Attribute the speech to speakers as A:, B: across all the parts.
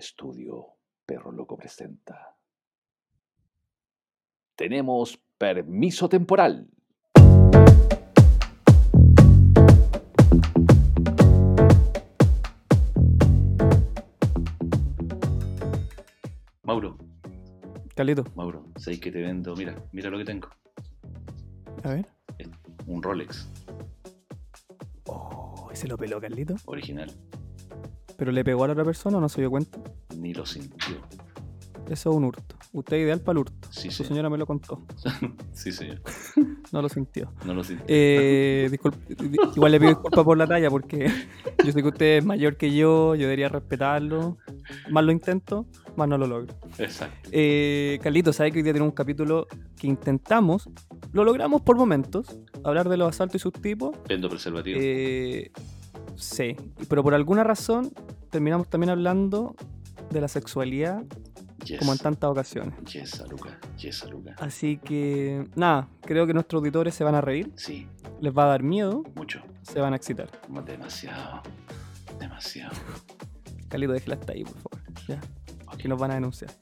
A: estudio, Perro Loco presenta. Tenemos permiso temporal. Mauro,
B: Calito,
A: Mauro, sabéis que te vendo. Mira, mira lo que tengo.
B: a ver.
A: Un Rolex
B: Oh, ese lo peló Carlito.
A: original.
B: Pero le pegó a la otra persona o no se dio cuenta.
A: Ni lo sintió.
B: Eso es un hurto. Usted es ideal para el hurto.
A: Sí,
B: Su
A: sí.
B: señora me lo contó.
A: Sí, señor.
B: No lo sintió.
A: No lo sintió.
B: Eh, disculp- di- igual le pido disculpas por la talla porque yo sé que usted es mayor que yo, yo debería respetarlo. Más lo intento, más no lo logro.
A: Exacto.
B: Eh, Carlito, sabe que hoy día tenemos un capítulo que intentamos, lo logramos por momentos, hablar de los asaltos y sus tipos,
A: Vendo preservativo.
B: Eh, sí, pero por alguna razón terminamos también hablando de la sexualidad
A: yes.
B: como en tantas ocasiones.
A: Yes, Aluca. Yes, Aluca.
B: Así que, nada, creo que nuestros auditores se van a reír,
A: Sí,
B: les va a dar miedo,
A: mucho.
B: se van a excitar.
A: Demasiado. Demasiado.
B: Calito, déjela hasta ahí, por favor,
A: Ok.
B: que nos van a denunciar.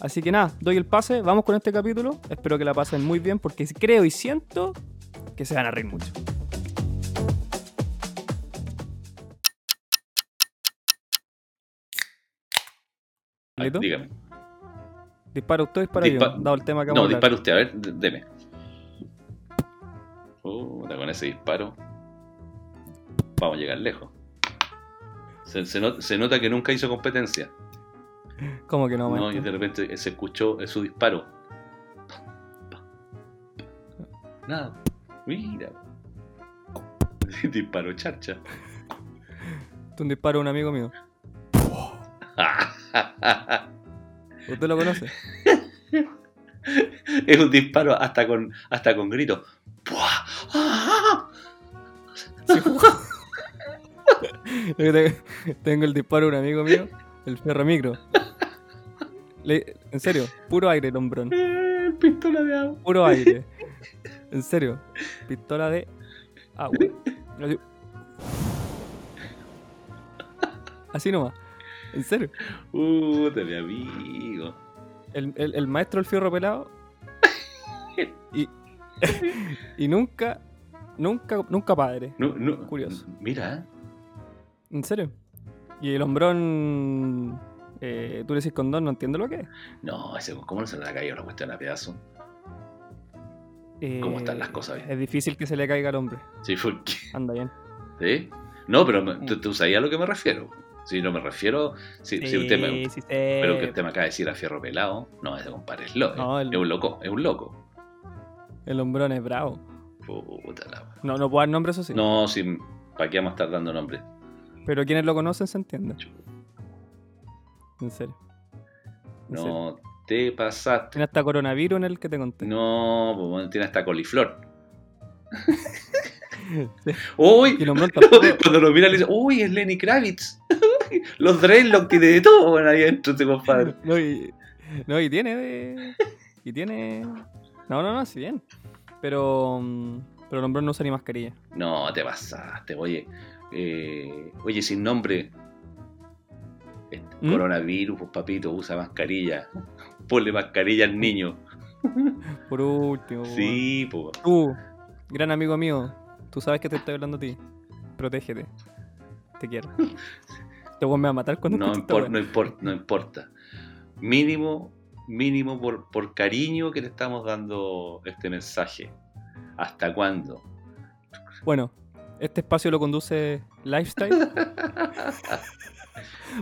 B: Así que nada, doy el pase, vamos con este capítulo, espero que la pasen muy bien porque creo y siento que se van a reír mucho.
A: Ay,
B: ¿Listo?
A: Ah, Dígame.
B: Dispara usted, dispara
A: Dispa-
B: yo, dado el tema que
A: No,
B: vamos a hablar.
A: dispara usted, a ver, d- deme. Puta, con ese disparo vamos a llegar lejos. Se, se not- se nota que nunca hizo competencia.
B: ¿Cómo que no,
A: No,
B: maestro?
A: y de repente se escuchó eh, su disparo. Nada, mira. Disparo charcha.
B: Un disparo de un amigo mío. ¿Usted lo conoce?
A: es un disparo hasta con hasta con gritos. ¡Buah! ¡Ah!
B: Yo te- Tengo el disparo de un amigo mío, el ferro micro. Le- en serio, puro aire, lombrón.
A: El pistola de agua.
B: Puro aire. En serio, pistola de agua. Así- Así nomás. En serio.
A: Puta, ¡Uh, mi amigo.
B: El, el- el maestro del fierro pelado. Y, y nunca, nunca, nunca padre.
A: No, no,
B: Curioso.
A: Mira, ¿eh?
B: En serio. Y el hombrón. eh, tú le decís condón, no entiendo lo que es.
A: no, ese, ¿cómo no se le ha caído la cuestión a pedazo?
B: Eh,
A: ¿Cómo están las cosas hoy?
B: Es difícil que se le caiga al hombre.
A: Sí, porque.
B: Anda bien.
A: ¿Sí? No, pero me- tú, tú sabías a lo que me refiero. Si no me refiero. Si, si usted me,
B: sí, sí.
A: pero que usted me acaba de decir a fierro pelado, no, ese compadre es loco.
B: Eh, No, el-
A: Es un loco, es un loco.
B: El hombrón es bravo.
A: Puta la-
B: No, no puedo dar nombres, eso sí.
A: No, si, ¿para qué vamos a estar dando nombres?
B: Pero quienes lo conocen se entienden. En serio. En serio.
A: No, te pasaste.
B: Tiene hasta coronavirus en el que te conté.
A: No, pues, bueno, tiene hasta coliflor.
B: Sí.
A: ¡Uy!
B: Y el hombrón tampoco.
A: Cuando lo mira le dice, uy, es Lenny Kravitz. Los dreadlocks tiene de todo bueno, ahí adentro, este compadre.
B: no, y, no, y tiene de- Y tiene. No, no, no, si bien. Pero. mm, Pero el hombrón no usa ni mascarilla.
A: No, te pasaste, oye. Eh, oye, sin nombre. Este,
B: ¿Mm?
A: Coronavirus, pues, papito, usa mascarilla. Ponle mascarilla al niño.
B: Por último. weón.
A: Sí, pues.
B: Tú, gran amigo mío, tú sabes que te estoy hablando a ti. Protégete. Te quiero. Te voy a matar cuando
A: No,
B: escuche esta
A: impor-
B: weá.
A: no, impor- no importa. Mínimo, mínimo por, por cariño que te estamos dando este mensaje. ¿Hasta cuándo?
B: Bueno, este espacio lo conduce Lifestyle.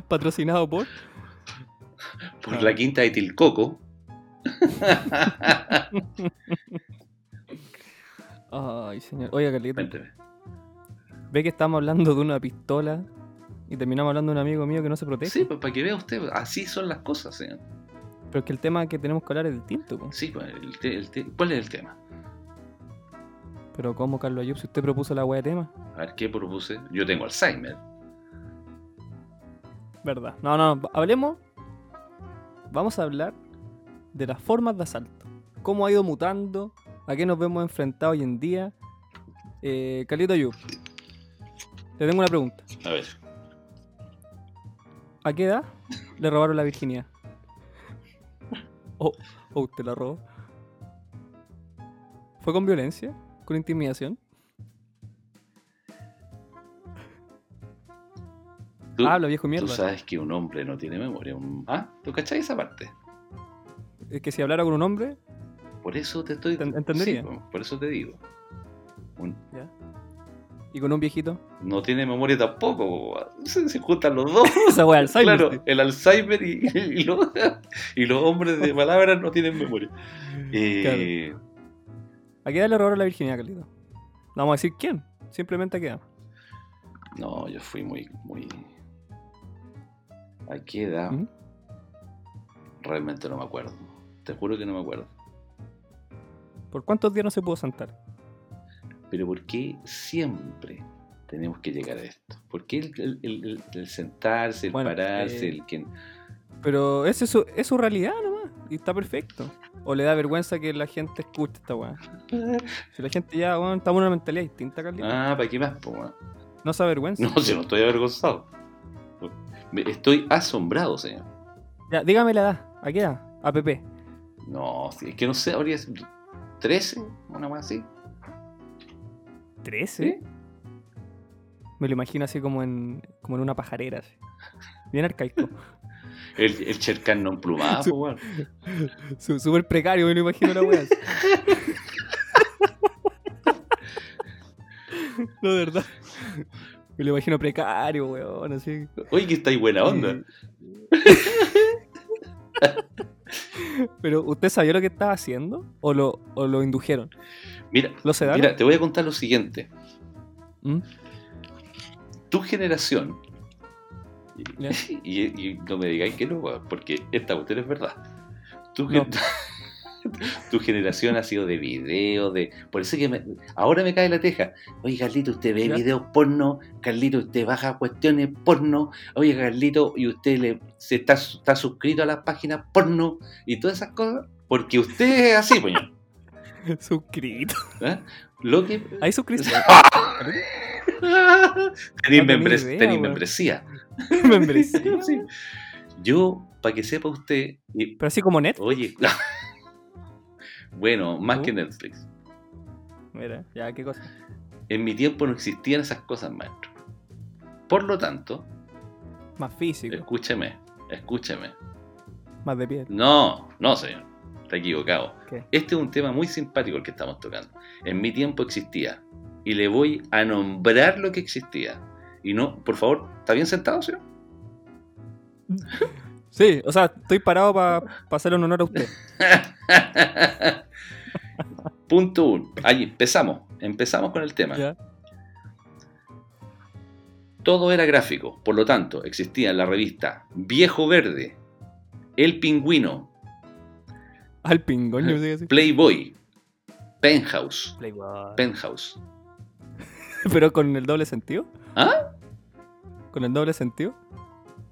B: patrocinado por.
A: Por
B: Ah.
A: la quinta de Tilcoco.
B: Ay, señor. Oiga, Carlito.
A: Cuénteme.
B: Ve que estamos hablando de una pistola y terminamos hablando de un amigo mío que no se protege.
A: Sí, pues para que vea usted, así son las cosas, señor.
B: Pero es que el tema que tenemos que hablar es distinto. po.
A: Sí, pues, el te- el te- ¿cuál es el tema?
B: Pero, ¿cómo, Carlos Ayub? Si usted propuso la weá de tema.
A: A ver, ¿qué propuse? Yo tengo Alzheimer.
B: Verdad. No, no, no. Hablemos. Vamos a hablar de las formas de asalto. Cómo ha ido mutando. A qué nos vemos enfrentados hoy en día. Eh, Carlito Ayub. Te tengo una pregunta.
A: A ver.
B: ¿A qué edad le robaron la virginidad? Oh, oh, te la robó. ¿Fue con violencia? ¿Con intimidación?
A: Tú,
B: Habla, viejo mierda.
A: tú sabes que un hombre no tiene memoria. un- Ah, ¿tú cachai esa parte?
B: Es que si hablara con un hombre,
A: Por eso te estoy.
B: Ent- entendería.
A: Sí, po, por eso te digo. Un-
B: ¿ya? ¿Y con un viejito?
A: No tiene memoria tampoco. po. Se, se juntan los dos.
B: Esa wea, Alzheimer.
A: claro,
B: sí.
A: el Alzheimer y, y los, y los hombres de palabras no tienen memoria. Eh,
B: ¿A qué edad le robaron la virginidad, Carlito? No vamos a decir quién. Simplemente a qué edad.
A: No, yo fui muy, muy. ¿A qué edad?
B: ¿Mm?
A: Realmente no me acuerdo. Te juro que no me acuerdo.
B: ¿Por cuántos días no se pudo sentar?
A: Pero ¿por qué siempre tenemos que llegar a esto? ¿Por qué el, el- el- el- el sentarse, el
B: Bueno, eh,
A: pararse, el que...
B: Pero esa es su, es su realidad nomás. Y está perfecto. O le da vergüenza que la gente escuche esta weá. Si la gente ya, weón, estamos en una mentalidad distinta, Carlito.
A: Ah, ¿para qué más? po, weón?
B: No se avergüenza.
A: No, si no estoy avergonzado. Me- Estoy asombrado, señor.
B: Ya, dígame la edad. ¿A qué edad? A Pepe.
A: No, si es que no sé, habría sido 13, una más así.
B: ¿13?
A: ¿Sí?
B: Me lo imagino así como en, como en una pajarera. así. Bien arcaico.
A: El, el Cherkán no emplumado, po, weón.
B: Su- Súper precario, me lo imagino la weá. no, de verdad. Me lo imagino precario, weón, así.
A: Oye, que estáis buena onda.
B: Pero, ¿usted sabía lo que estaba haciendo? ¿O lo, o lo indujeron?
A: Mira,
B: ¿Lo sedaron?
A: Mira, te voy a contar lo siguiente.
B: ¿Mm?
A: Tu generación,
B: Ya.
A: y, y no me digáis que no, weón, porque esta cuestión es verdad. Tu,
B: No.
A: gen- tu generación ha sido de video, de... Por eso que me- ahora me cae la teja. Oye, Carlito, usted ve
B: Ya.
A: videos porno. Carlito, usted baja cuestiones porno. Oye, Carlito, y usted le, se está, está suscrito a las páginas porno y todas esas cosas. Porque usted es así, poño.
B: Suscrito.
A: ¿eh? Lo que...
B: Ahí suscrito.
A: Tenéis
B: Ah. No tenía
A: membres-
B: idea,
A: tenéis
B: weón.
A: membresía.
B: Membresía.
A: Sí. Yo, para que sepa usted, y-
B: Pero así como net.
A: oye, bueno, más
B: ¿No?
A: que Netflix.
B: Mira, ya, qué cosa.
A: En mi tiempo no existían esas cosas, maestro. Por lo tanto,
B: Más físico,
A: escúcheme, escúcheme.
B: más de piel.
A: No, no, señor, está equivocado.
B: ¿Qué?
A: Este es un tema muy simpático el que estamos tocando. En mi tiempo existía, y le voy a nombrar lo que existía. Y no, por favor, ¿está bien sentado, señor?
B: Sí, o sea, estoy parado para hacerle un honor a usted.
A: Punto 1. Ahí empezamos. Empezamos con el tema.
B: Ya.
A: Todo era gráfico. Por lo tanto, existía la revista Viejo Verde, El Pingüino,
B: Al pingoño, sí, así.
A: Playboy, Penthouse.
B: Playboy.
A: Penthouse.
B: Pero con el doble sentido.
A: ¿Ah?
B: Con el doble sentido.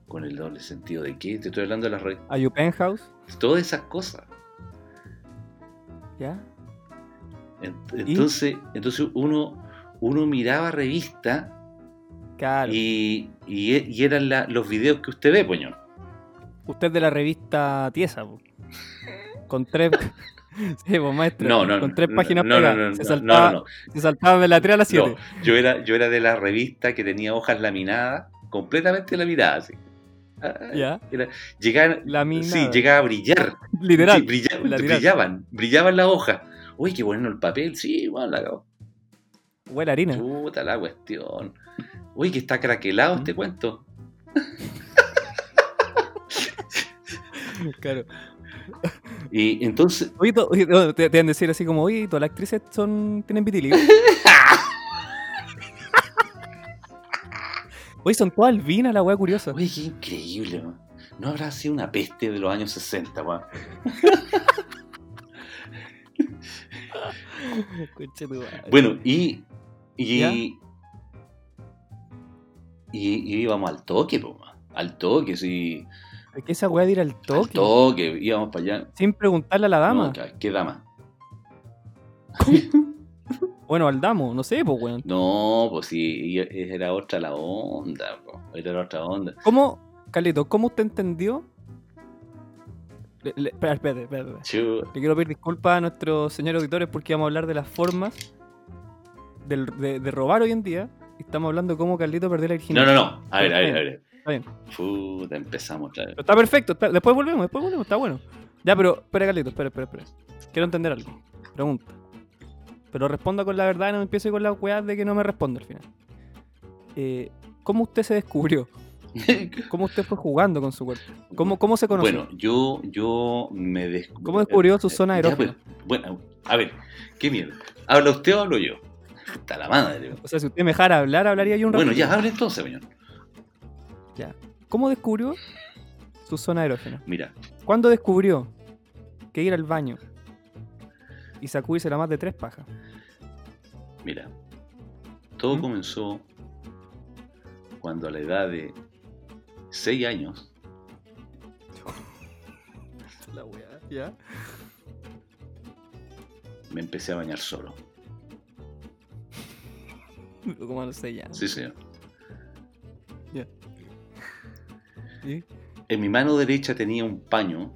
A: Con el doble sentido de qué? Te estoy hablando de las revistas.
B: Are you penthouse?
A: Todas esas cosas.
B: Ya.
A: Ent- Entonces, entonces uno, uno miraba revista
B: Claro.
A: y, y, e- y eran la- los videos que usted ve, poñón.
B: Usted es de la revista Tiesa, po. Con tres. Sí, pues maestro.
A: No, no,
B: Con
A: no,
B: tres
A: no,
B: páginas
A: no, no,
B: pegadas.
A: no,
B: se,
A: no,
B: saltaba,
A: no, no,
B: se saltaba de la 3 a la 7.
A: No, yo era, yo era de la revista que tenía hojas laminadas, completamente laminadas. así. Ah,
B: Ya.
A: Llegaban,
B: La mina.
A: sí, llegaba a brillar.
B: Literal.
A: Sí, brilla-
B: la tirada.
A: brillaban, brillaban las hojas. Uy, qué bueno el papel, sí, bueno, la cagó.
B: Huele a harina.
A: Puta la cuestión. Uy, que está craquelado este
B: ¿Mm?
A: cuento.
B: Claro.
A: Y entonces,
B: Oye, to- oye, no, te, te van a decir así como, oye, todas las actrices son, tienen vitiligo. oye, son todas albinas, la wea curiosa.
A: uy, qué increíble, man. No habrá sido una peste de los años 60, man.
B: Conche tu madre.
A: Bueno, y.
B: ¿Ya?
A: Y, y, y íbamos al toque, po, ma. al toque, sí.
B: Es que esa wea de ir al
A: Al
B: toque.
A: toque, íbamos para allá.
B: Sin preguntarle a la dama.
A: No, ca- ¿Qué dama?
B: Bueno, al damo, no sé, pues weón.
A: e-, No, pues sí, y- era otra la onda, po, era otra onda.
B: ¿Cómo, Carlito, ¿cómo usted entendió? Le- le- espera, espérate, espérate.
A: Chu-
B: Le quiero pedir disculpas a nuestros señores auditores porque vamos a hablar de las formas del- de, de robar hoy en día. Y Estamos hablando de cómo Carlito perdió la
A: No,
B: virginidad.
A: no, no. A ver, a ver, a ver.
B: Está bien.
A: Puta, empezamos otra vez.
B: Pero está perfecto. está- después volvemos, después volvemos. Está bueno. Ya, pero espera, Carlito, espera, espera, espera. Quiero entender algo. Pregunta. Pero responda con la verdad y no me empiece con la weá de que no me responda al final. Eh, ¿Cómo usted se descubrió? ¿Cómo usted fue jugando con su cuerpo? ¿Cómo, cómo se conoció?
A: Bueno, eh, yo, yo me descubrí.
B: ¿Cómo descubrió su zona erógena?
A: pues, bueno, a ver, qué miedo. ¿Habla usted o hablo yo? Está la madre.
B: O sea, si usted me dejara hablar, hablaría yo un rato.
A: Bueno, ya, hable entonces, señor.
B: ¿Cómo descubrió su zona erógena?
A: Mira,
B: ¿Cuándo descubrió que ir al baño y sacudirse la más de tres pajas?
A: mira. Todo
B: ¿Mm?
A: comenzó cuando a la edad de 6 años
B: La weá, ya.
A: me empecé a bañar solo.
B: Como no sé ya.
A: Sí, señor.
B: ¿Sí?
A: En mi mano derecha tenía un paño.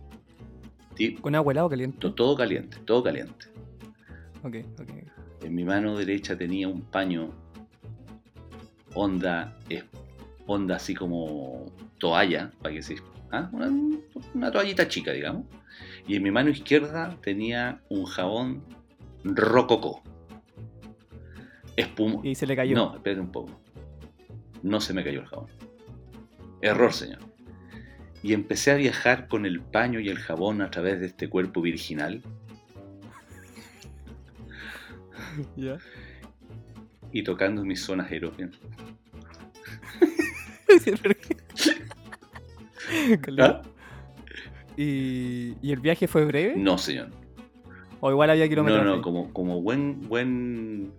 A: ti-
B: ¿Con agua helada o caliente?
A: to- Todo caliente, todo caliente.
B: Ok, ok.
A: En mi mano derecha tenía un paño onda, es- onda así como toalla, para que se, ¿ah? una, una toallita chica, digamos. Y en mi mano izquierda tenía un jabón rococó. Espuma.
B: Y se le cayó.
A: No, espérate un poco. No se me cayó el jabón. Error, señor. Y empecé a viajar con el paño y el jabón a través de este cuerpo virginal.
B: Ya.
A: y tocando mis zonas erógenas.
B: Pero qué-
A: ¿Ah?
B: Caleta. ¿Y, ¿Y el viaje fue breve?
A: No, señor.
B: ¿O igual había
A: No,
B: kilómetros?
A: no, como, como buen, buen,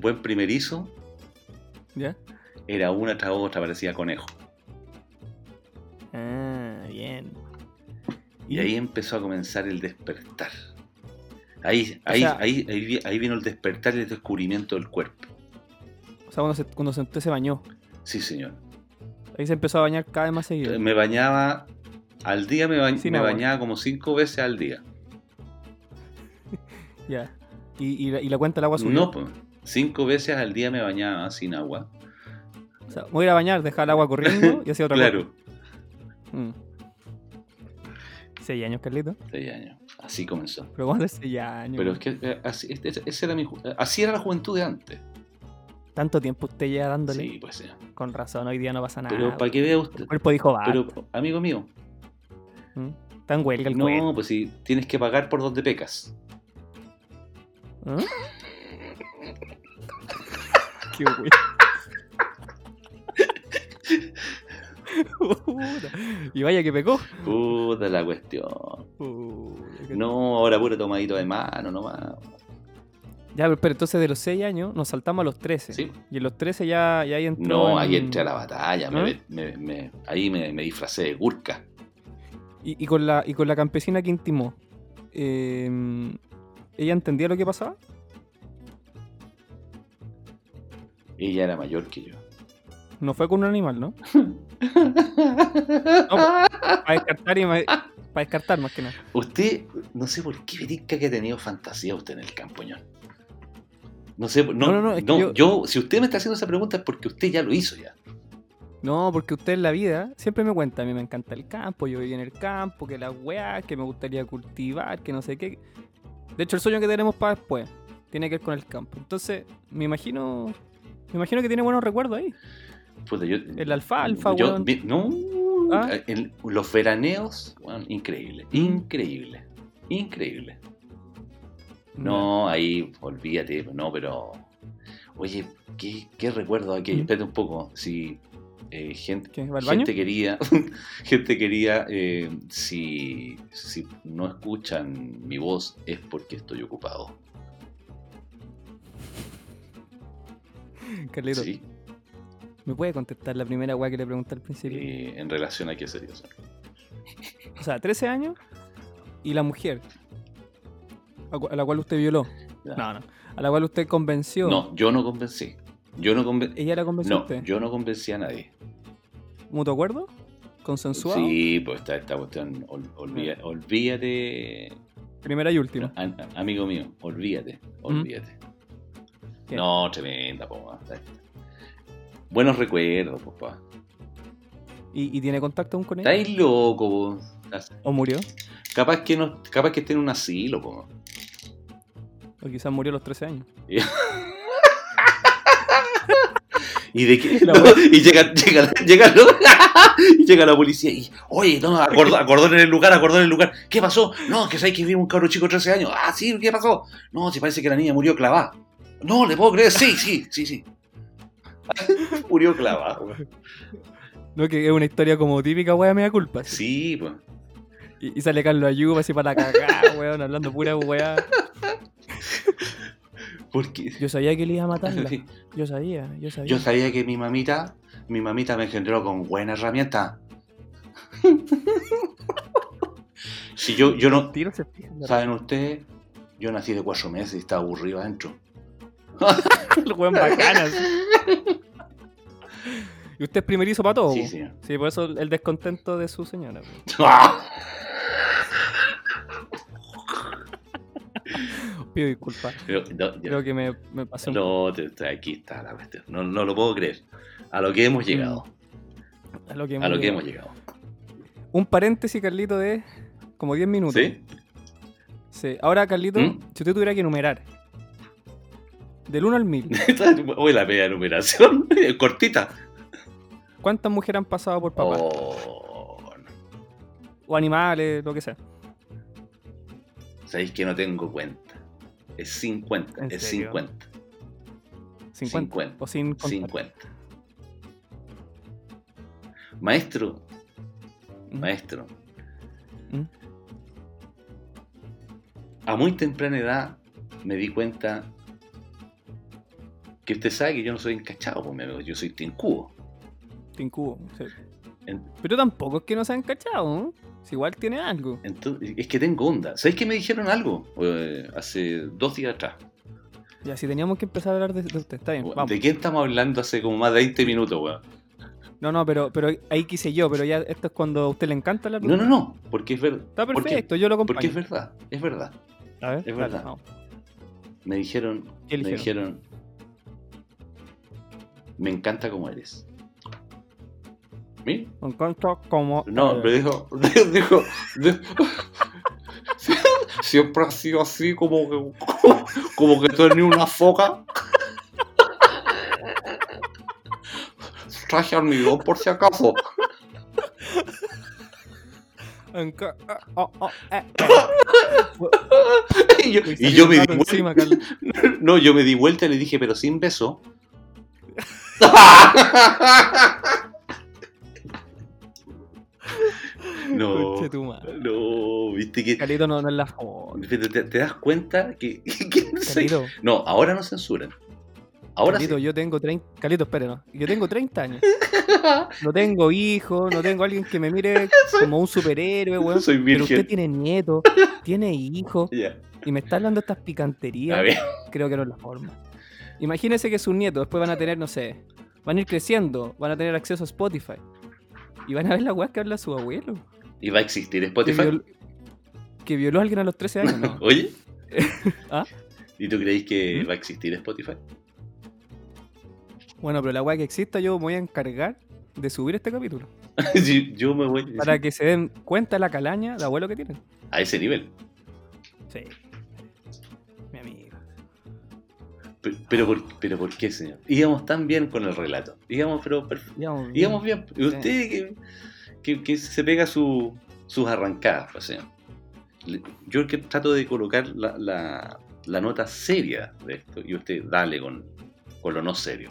A: buen primerizo,
B: ¿Ya?
A: era una tras otra, parecía conejo.
B: Ah, bien.
A: Y ahí empezó a comenzar el despertar. Ahí,
B: O
A: ahí,
B: sea-
A: ahí, ahí, vi- ahí vino el despertar y el descubrimiento del cuerpo.
B: O sea, cuando, se, cuando se- usted se bañó.
A: Sí, señor.
B: Ahí se empezó a bañar cada vez más seguido.
A: Me bañaba, al día me, ba-
B: Sin
A: me
B: agua.
A: bañaba como cinco veces al día.
B: Ya. ¿Y, y, la, y la cuenta del agua subió?
A: No, pues, cinco veces al día me bañaba sin agua.
B: O sea, me voy a ir a bañar, dejar el agua corriendo y hacía otra cosa.
A: Claro,
B: Mm. Seis años, Carlito.
A: seis años. este Así comenzó.
B: Pero ¿cómo de seis años?
A: Pero es
B: weón?
A: que eh, así, este- este- ese era mi ju- así era la juventud de antes.
B: Tanto tiempo usted lleva dándole.
A: Sí, pues sí.
B: Con razón, hoy día no pasa nada.
A: Pero para que vea usted.
B: El cuerpo dijo, va.
A: Pero, amigo mío,
B: Está en huelga el cuerpo.
A: no, pues si tienes que pagar por donde pecas.
B: ¿Ah? Qué bueno. y vaya que pecó.
A: Puta la cuestión.
B: Puta, que-
A: No, ahora pura tomadito de mano nomás.
B: Ya, pero, pero entonces de los 6 años nos saltamos a los 13.
A: Sí. pues.
B: Y en los 13 ya, ya ahí entró.
A: No, ahí
B: en-
A: entré a la batalla. me- me- me- ahí me, me disfracé de gurka.
B: Y, y con la, y con la campesina que intimó. eh, ¿Ella entendía lo que pasaba?
A: Ella era mayor que yo.
B: No fue con un animal, ¿no? Para descartar, y ma- pa' descartar más que nada.
A: Usted, no sé por qué verica que ha tenido fantasía usted en el campoñón. No sé, no, no, no,
B: no, es que
A: yo,
B: yo-
A: si usted me está haciendo esa pregunta es porque usted ya lo hizo ya.
B: No, porque usted en la vida siempre me cuenta, a mí me encanta el campo, yo viví en el campo, que la weá, que me gustaría cultivar, que no sé qué. De hecho, el sueño que tenemos para después tiene que ver con el campo. Entonces, me imagino, me imagino que tiene buenos recuerdos ahí.
A: Puta, Pues yo-
B: El alfalfa,
A: yo-
B: weón.
A: vi- No, eh,
B: Ah.
A: el- los veraneos, weón, increíble, increíble, increíble. No, ahí, olvídate, no, pero... Oye, ¿qué, qué recuerdo aquello?
B: Mm.
A: Espérate un poco, si eh, gente,
B: ¿Qué? ¿Va al baño?
A: gente querida, gente querida, eh, si, si no escuchan mi voz es porque estoy ocupado.
B: Carlito,
A: Sí,
B: ¿me puede contestar la primera weá que le pregunté al principio?
A: eh, en relación a qué sería.
B: O sea, 13 años y la mujer a, cu- a la cual usted violó.
A: Ya.
B: No, no. A la cual usted convenció.
A: No, yo no convencí. Yo no, conven-
B: ¿Ella la convenció a
A: no,
B: usted?
A: yo no convencí a nadie.
B: ¿Mutuo acuerdo? consensuado.
A: Sí, pues esta, esta cuestión, ol-
B: Ah.
A: olvida- olvídate,
B: Primera y última.
A: an- amigo mío, olvídate, olvídate.
B: ¿Mm? ¿Qué?
A: No, tremenda, po, weón. Buenos recuerdos, papá.
B: ¿Y, y tiene contacto aún con ella?
A: Estáis loco, po. Estás-
B: ¿O murió?
A: Capaz que, no, capaz que esté en un asilo, po.
B: ¿O quizás murió a los 13 años?
A: ¿Y de qué?
B: La
A: No,
B: wea.
A: y llega, llega, llega, no, y llega la policía y, oye, no, acordó, acordó en el lugar, acordó en el lugar. ¿Qué pasó? No, es que sabes que vi un cabro chico de 13 años. Ah, sí, ¿qué pasó? No, si parece que la niña murió clavada. No, le puedo creer, sí, sí, sí, sí. murió clavada. weón.
B: No, que es una historia como típica, wea, media culpa. así.
A: Sí, pues.
B: Y, y sale Carlos Ayuba así para cagar, weón, hablando pura weá.
A: Porque
B: Yo sabía que le iba a matarla. Yo sabía, yo sabía.
A: yo sabía que mi mamita, mi mamita me engendró con buena herramienta. Si yo, yo no,
B: Tiro se fija en la-
A: ¿Saben ustedes? Yo nací de cuatro meses y estaba aburrido adentro.
B: El weón bacanas. Y usted es primerizo para todo.
A: Sí,
B: po.
A: señor.
B: Sí, por eso el descontento de su señora. po. Pido disculpas.
A: Pero, no, yo-
B: Creo que me, me pasé un
A: no, te- te- aquí está la cuestión. No, no lo puedo creer. A lo que hemos llegado.
B: a lo que Mm, hemos
A: A lo que
B: llegado.
A: hemos llegado.
B: Un paréntesis, Carlito, de como 10 minutos.
A: ¿Sí?
B: Sí. Ahora, Carlito,
A: ¿Mm?
B: si usted tuviera que enumerar del 1 al 1000,
A: Hoy la media numeración cortita.
B: ¿cuántas mujeres han pasado por papá?
A: Oh, no.
B: O animales, lo que sea.
A: Sabéis que no tengo cuenta. Es 50.
B: ¿En
A: Es
B: serio?
A: 50.
B: 50.
A: 50.
B: O sin contar.
A: 50. Maestro,
B: ¿Mm?
A: maestro.
B: ¿Mm?
A: A muy temprana edad me di cuenta que usted sabe que yo no soy encachado, pues, mi amigo, yo soy tincubo.
B: Te incubo, sí.
A: En-
B: Pero tampoco es que no se han cachado, ¿no? Si igual tiene algo.
A: Entonces, es que tengo onda. ¿Sabéis que me dijeron algo eh, hace dos días atrás?
B: Ya, si teníamos que empezar a hablar de, de usted, está bien, Eh, vamos.
A: ¿De quién estamos hablando hace como más de 20 minutos, weón?
B: No, no, pero, pero ahí quise yo, pero ya esto es cuando a usted le encanta hablar de
A: No, no,
B: usted.
A: no, porque es verdad.
B: Está perfecto, yo lo acompaño.
A: Porque es verdad, es verdad.
B: a ver,
A: es
B: dale,
A: verdad.
B: vamos.
A: Me dijeron,
B: ¿Qué
A: me dijeron, me encanta como eres. ¿Mira?
B: Me encanta como...
A: No,
B: eh,
A: me dijo, dijo, dijo- siempre ha sido así como que, como, como que tenía una foca. Traje almidón por si acaso.
B: enca- ah, oh, oh, eh,
A: Y yo,
B: eh.
A: y yo
B: Salió
A: me di
B: el gato
A: vuelta.
B: encima, Carlos.
A: No, yo me di vuelta y le dije, pero sin beso. no,
B: Conche tu madre.
A: no, viste que.
B: Carlito no, no es la foto.
A: Pero te, te das cuenta que. que no, sé.
B: Carlito,
A: No, ahora no censuran. Ahora
B: Carlito,
A: sí.
B: yo tengo 30... Carlito, espérenos. Yo tengo 30 años. No tengo hijos, no tengo alguien que me mire como un superhéroe, weón.
A: Soy
B: Pero
A: virgen.
B: usted tiene nieto, tiene hijos,
A: Ya,
B: y me está hablando de estas picanterías.
A: a ver.
B: Creo que no es la forma. Imagínense que sus nietos después van a tener, no sé, van a ir creciendo, van a tener acceso a Spotify. Y van a ver la weá que habla su abuelo.
A: ¿Y va a existir
B: Que,
A: Spotify?
B: viol- que violó a alguien a los 13 años, ¿no?
A: Oye.
B: ¿Ah?
A: ¿Y tú creéis que
B: ¿Mm?
A: va a existir Spotify?
B: Bueno, pero la weá que exista yo me voy a encargar de subir este capítulo.
A: yo, yo me voy
B: Para que se den cuenta la calaña de abuelo que tienen.
A: a ese nivel.
B: Sí. Mi amigo.
A: Pe- Pero, por, pero ¿por qué, señor? Íbamos tan bien con el relato. Íbamos, pero perf-
B: Digamos,
A: íbamos bien. Y usted que, que- que se pega su- sus arrancadas, pues, señor. Le- Yo que trato de colocar la, la- la nota seria de esto y usted dale con, con lo no serio,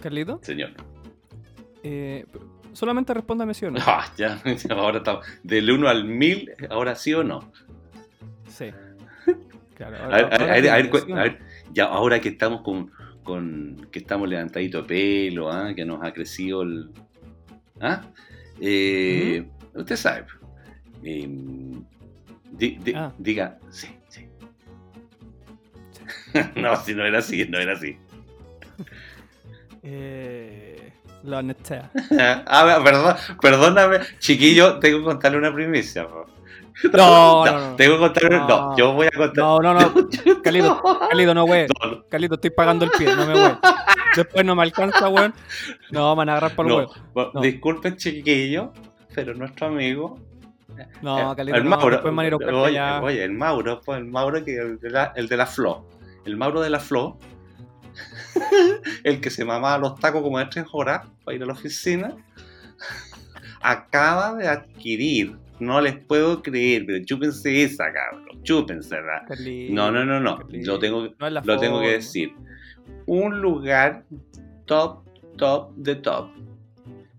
B: Carlito,
A: señor.
B: eh, solamente respóndame sí o no.
A: Ah, ya, ahora estamos del 1 al 1000, ahora sí o no.
B: Sí. Claro.
A: A ver, a ver, a ver, a ver,
B: sí o
A: cu-
B: no.
A: a ver, ya ahora que estamos con, con- que estamos levantaditos de pelo, ¿ah? que nos ha crecido el. ¿ah? Eh, Usted sabe. eh, di- di-
B: Ah.
A: Diga, sí, sí. no, si no era así, no era así.
B: Eh, Lo netea.
A: ah, perdón, perdóname, chiquillo, tengo que contarle una primicia. po.
B: No, no, Ah. no.
A: Tengo que contarle. No,
B: No.
A: yo voy a contar.
B: No, no, no. Calito, Calito, no, güey.
A: No, no,
B: Calito, estoy pagando el pie, no me voy. Después no me alcanza, weón. No, me van a agarrar por el
A: no.
B: huevo.
A: Bueno,
B: No.
A: Disculpen, chiquillo, pero nuestro amigo.
B: No,
A: eh,
B: Calito,
A: el
B: no,
A: Mauro.
B: después me van a ir a buscar
A: oye,
B: allá.
A: oye, el Mauro, pues, el Mauro que el de la, el de la Flo. El Mauro de la Flo. el que se mamaba los tacos como de tres horas para ir a la oficina. acaba de adquirir. No les puedo creer, pero chúpense esa, cabrón. Chúpensela.
B: Calito,
A: No, no, no, no.
B: Calito.
A: Lo tengo,
B: No es la
A: lo tengo que
B: forma.
A: decir. Un lugar top, top de top.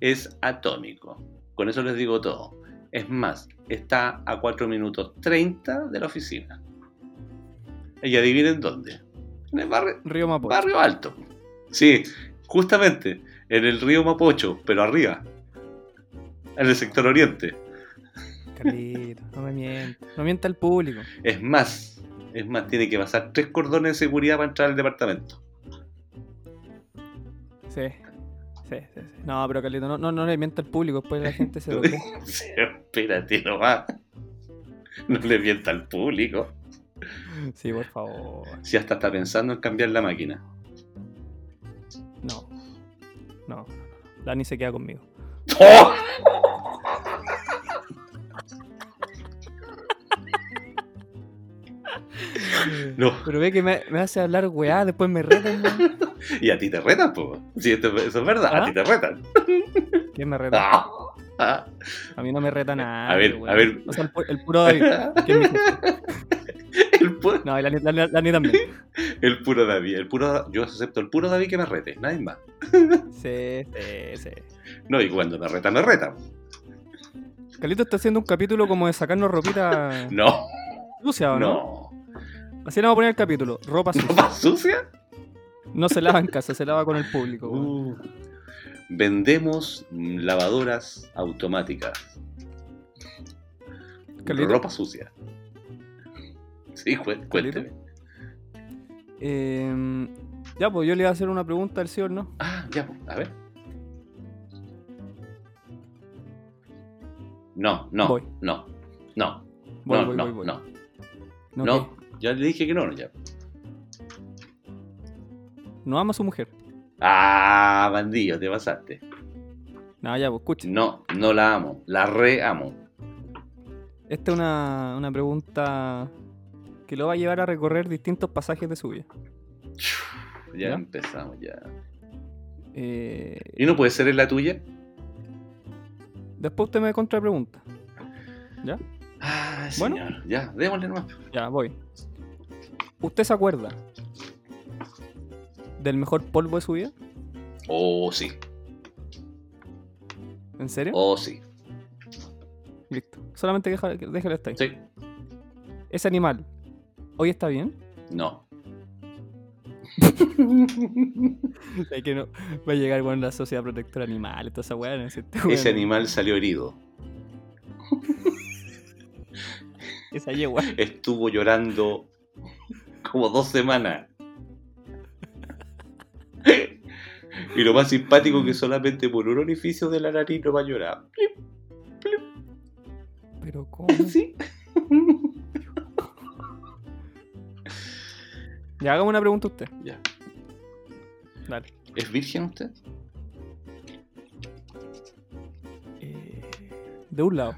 A: Es atómico. Con eso les digo todo. Es más, está a 4 minutos 30 de la oficina. Y adivinen dónde. En el barrio,
B: Río Mapocho.
A: barrio alto. Sí, justamente. En el río Mapocho, pero arriba. En el sector oriente.
B: Carlito, no me mientas. No mienta al público.
A: Es más, es más, tiene que pasar tres cordones de seguridad para entrar al departamento.
B: Sí. Sí, sí, sí. No, pero Carlito, no, no, no le mienta al público. Después la gente se lo cree.
A: Sí, Espérate nomás. No le mienta al público.
B: Sí, por favor.
A: Si hasta está pensando en cambiar la máquina.
B: No. No. Dani se queda conmigo.
A: ¡Oh! No.
B: Pero ve que me, me hace hablar weá, después me retan, weón.
A: Y a ti te retan, po. Sí, esto- eso es verdad. A
B: ¿Ah?
A: ti te retan.
B: ¿Quién me reta?
A: Ah. Ah.
B: A mí no me reta nada.
A: A ver,
B: weón.
A: a ver.
B: O sea, el, pu- el puro David. que es mi jefe.
A: El, pu-
B: No, y la, la, la- la ni también.
A: el puro David. El puro, yo acepto el puro David que me rete. Nadie más.
B: Sí, sí, sí.
A: No, y cuando me reta, me reta.
B: Carlito está haciendo un capítulo como de sacarnos ropita
A: No,
B: sucia, ¿o no?
A: no.
B: Así le vamos a poner el capítulo. Ropa sucia.
A: ¿Ropa sucia?
B: No se lava en casa, se lava con el público. weón.
A: Uh, vendemos mm, lavadoras automáticas.
B: Carlito.
A: Ropa sucia. Sí, cué- cuénteme.
B: Eh, ya, pues yo le iba a hacer una pregunta al señor, ¿no?
A: Ah, ya, po, a ver. No, no,
B: Voy.
A: no, no,
B: Voy,
A: no,
B: voy,
A: no,
B: voy, voy.
A: no,
B: No,
A: no.
B: ¿qué?
A: Ya le dije que no, ya.
B: no ama a su mujer.
A: Ah, bandido, te pasaste.
B: No, ya, pues escucha.
A: No, no la amo, la re amo.
B: Esta es una, una pregunta que lo va a llevar a recorrer distintos pasajes de su vida.
A: Ya,
B: ¿Ya?
A: empezamos, ya.
B: Eh,
A: ¿Y no puede ser en la tuya?
B: después usted me contrapregunta. ¿Ya?
A: Ah,
B: Bueno.
A: señor, ya, démosle nomás.
B: Ya, voy. ¿Usted se acuerda del mejor polvo de su vida?
A: Oh, sí.
B: ¿En serio?
A: Oh, sí.
B: Listo. Solamente deja- déjalo hasta ahí.
A: Sí.
B: Ese animal, ¿hoy está bien?
A: No.
B: Sé que no va a llegar con la sociedad protectora animal, toda esa weá, no sé, este
A: Ese
B: weón,
A: animal salió herido.
B: Esa yegua.
A: Estuvo llorando como dos semanas. Y lo más simpático que solamente por un orificio de la nariz no va a llorar.
B: Pero ¿cómo?
A: Sí.
B: Ya hagamos una pregunta a usted.
A: Ya.
B: Dale.
A: ¿Es virgen usted?
B: Eh, de un lado.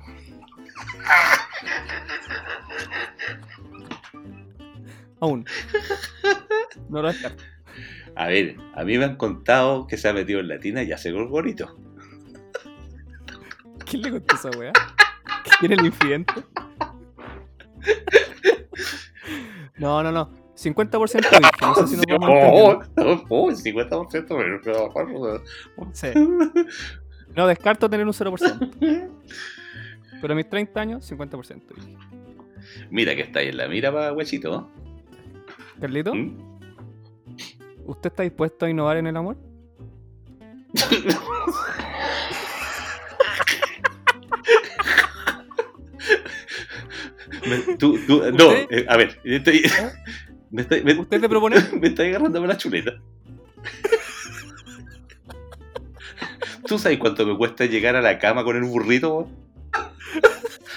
B: Aún. No lo descarto.
A: A ver, a mí me han contado que se ha metido en latina y hace gorgorito.
B: ¿Quién le contó esa weá? ¿Quién es el infidente? No, no, no. 50% virgen. No sé si nos vamos a entender.
A: Oh, oh, 50%, pero- pero- pero-
B: Sí. No descarto tener un 0%. Pero a mis 30 años, 50%. virgen.
A: Mira que está ahí en la mira, pa, guachito.
B: Carlito,
A: ¿eh?
B: ¿usted está dispuesto a innovar en el amor?
A: Me- tú- tú- no,
B: ¿Usted?
A: eh, a ver, yo estoy-
B: ¿Eh?
A: me estoy, me,
B: ¿Usted te propone?
A: me estoy agarrando por la chuleta. ¿Tú sabes cuánto me cuesta llegar a la cama con el burrito, weón?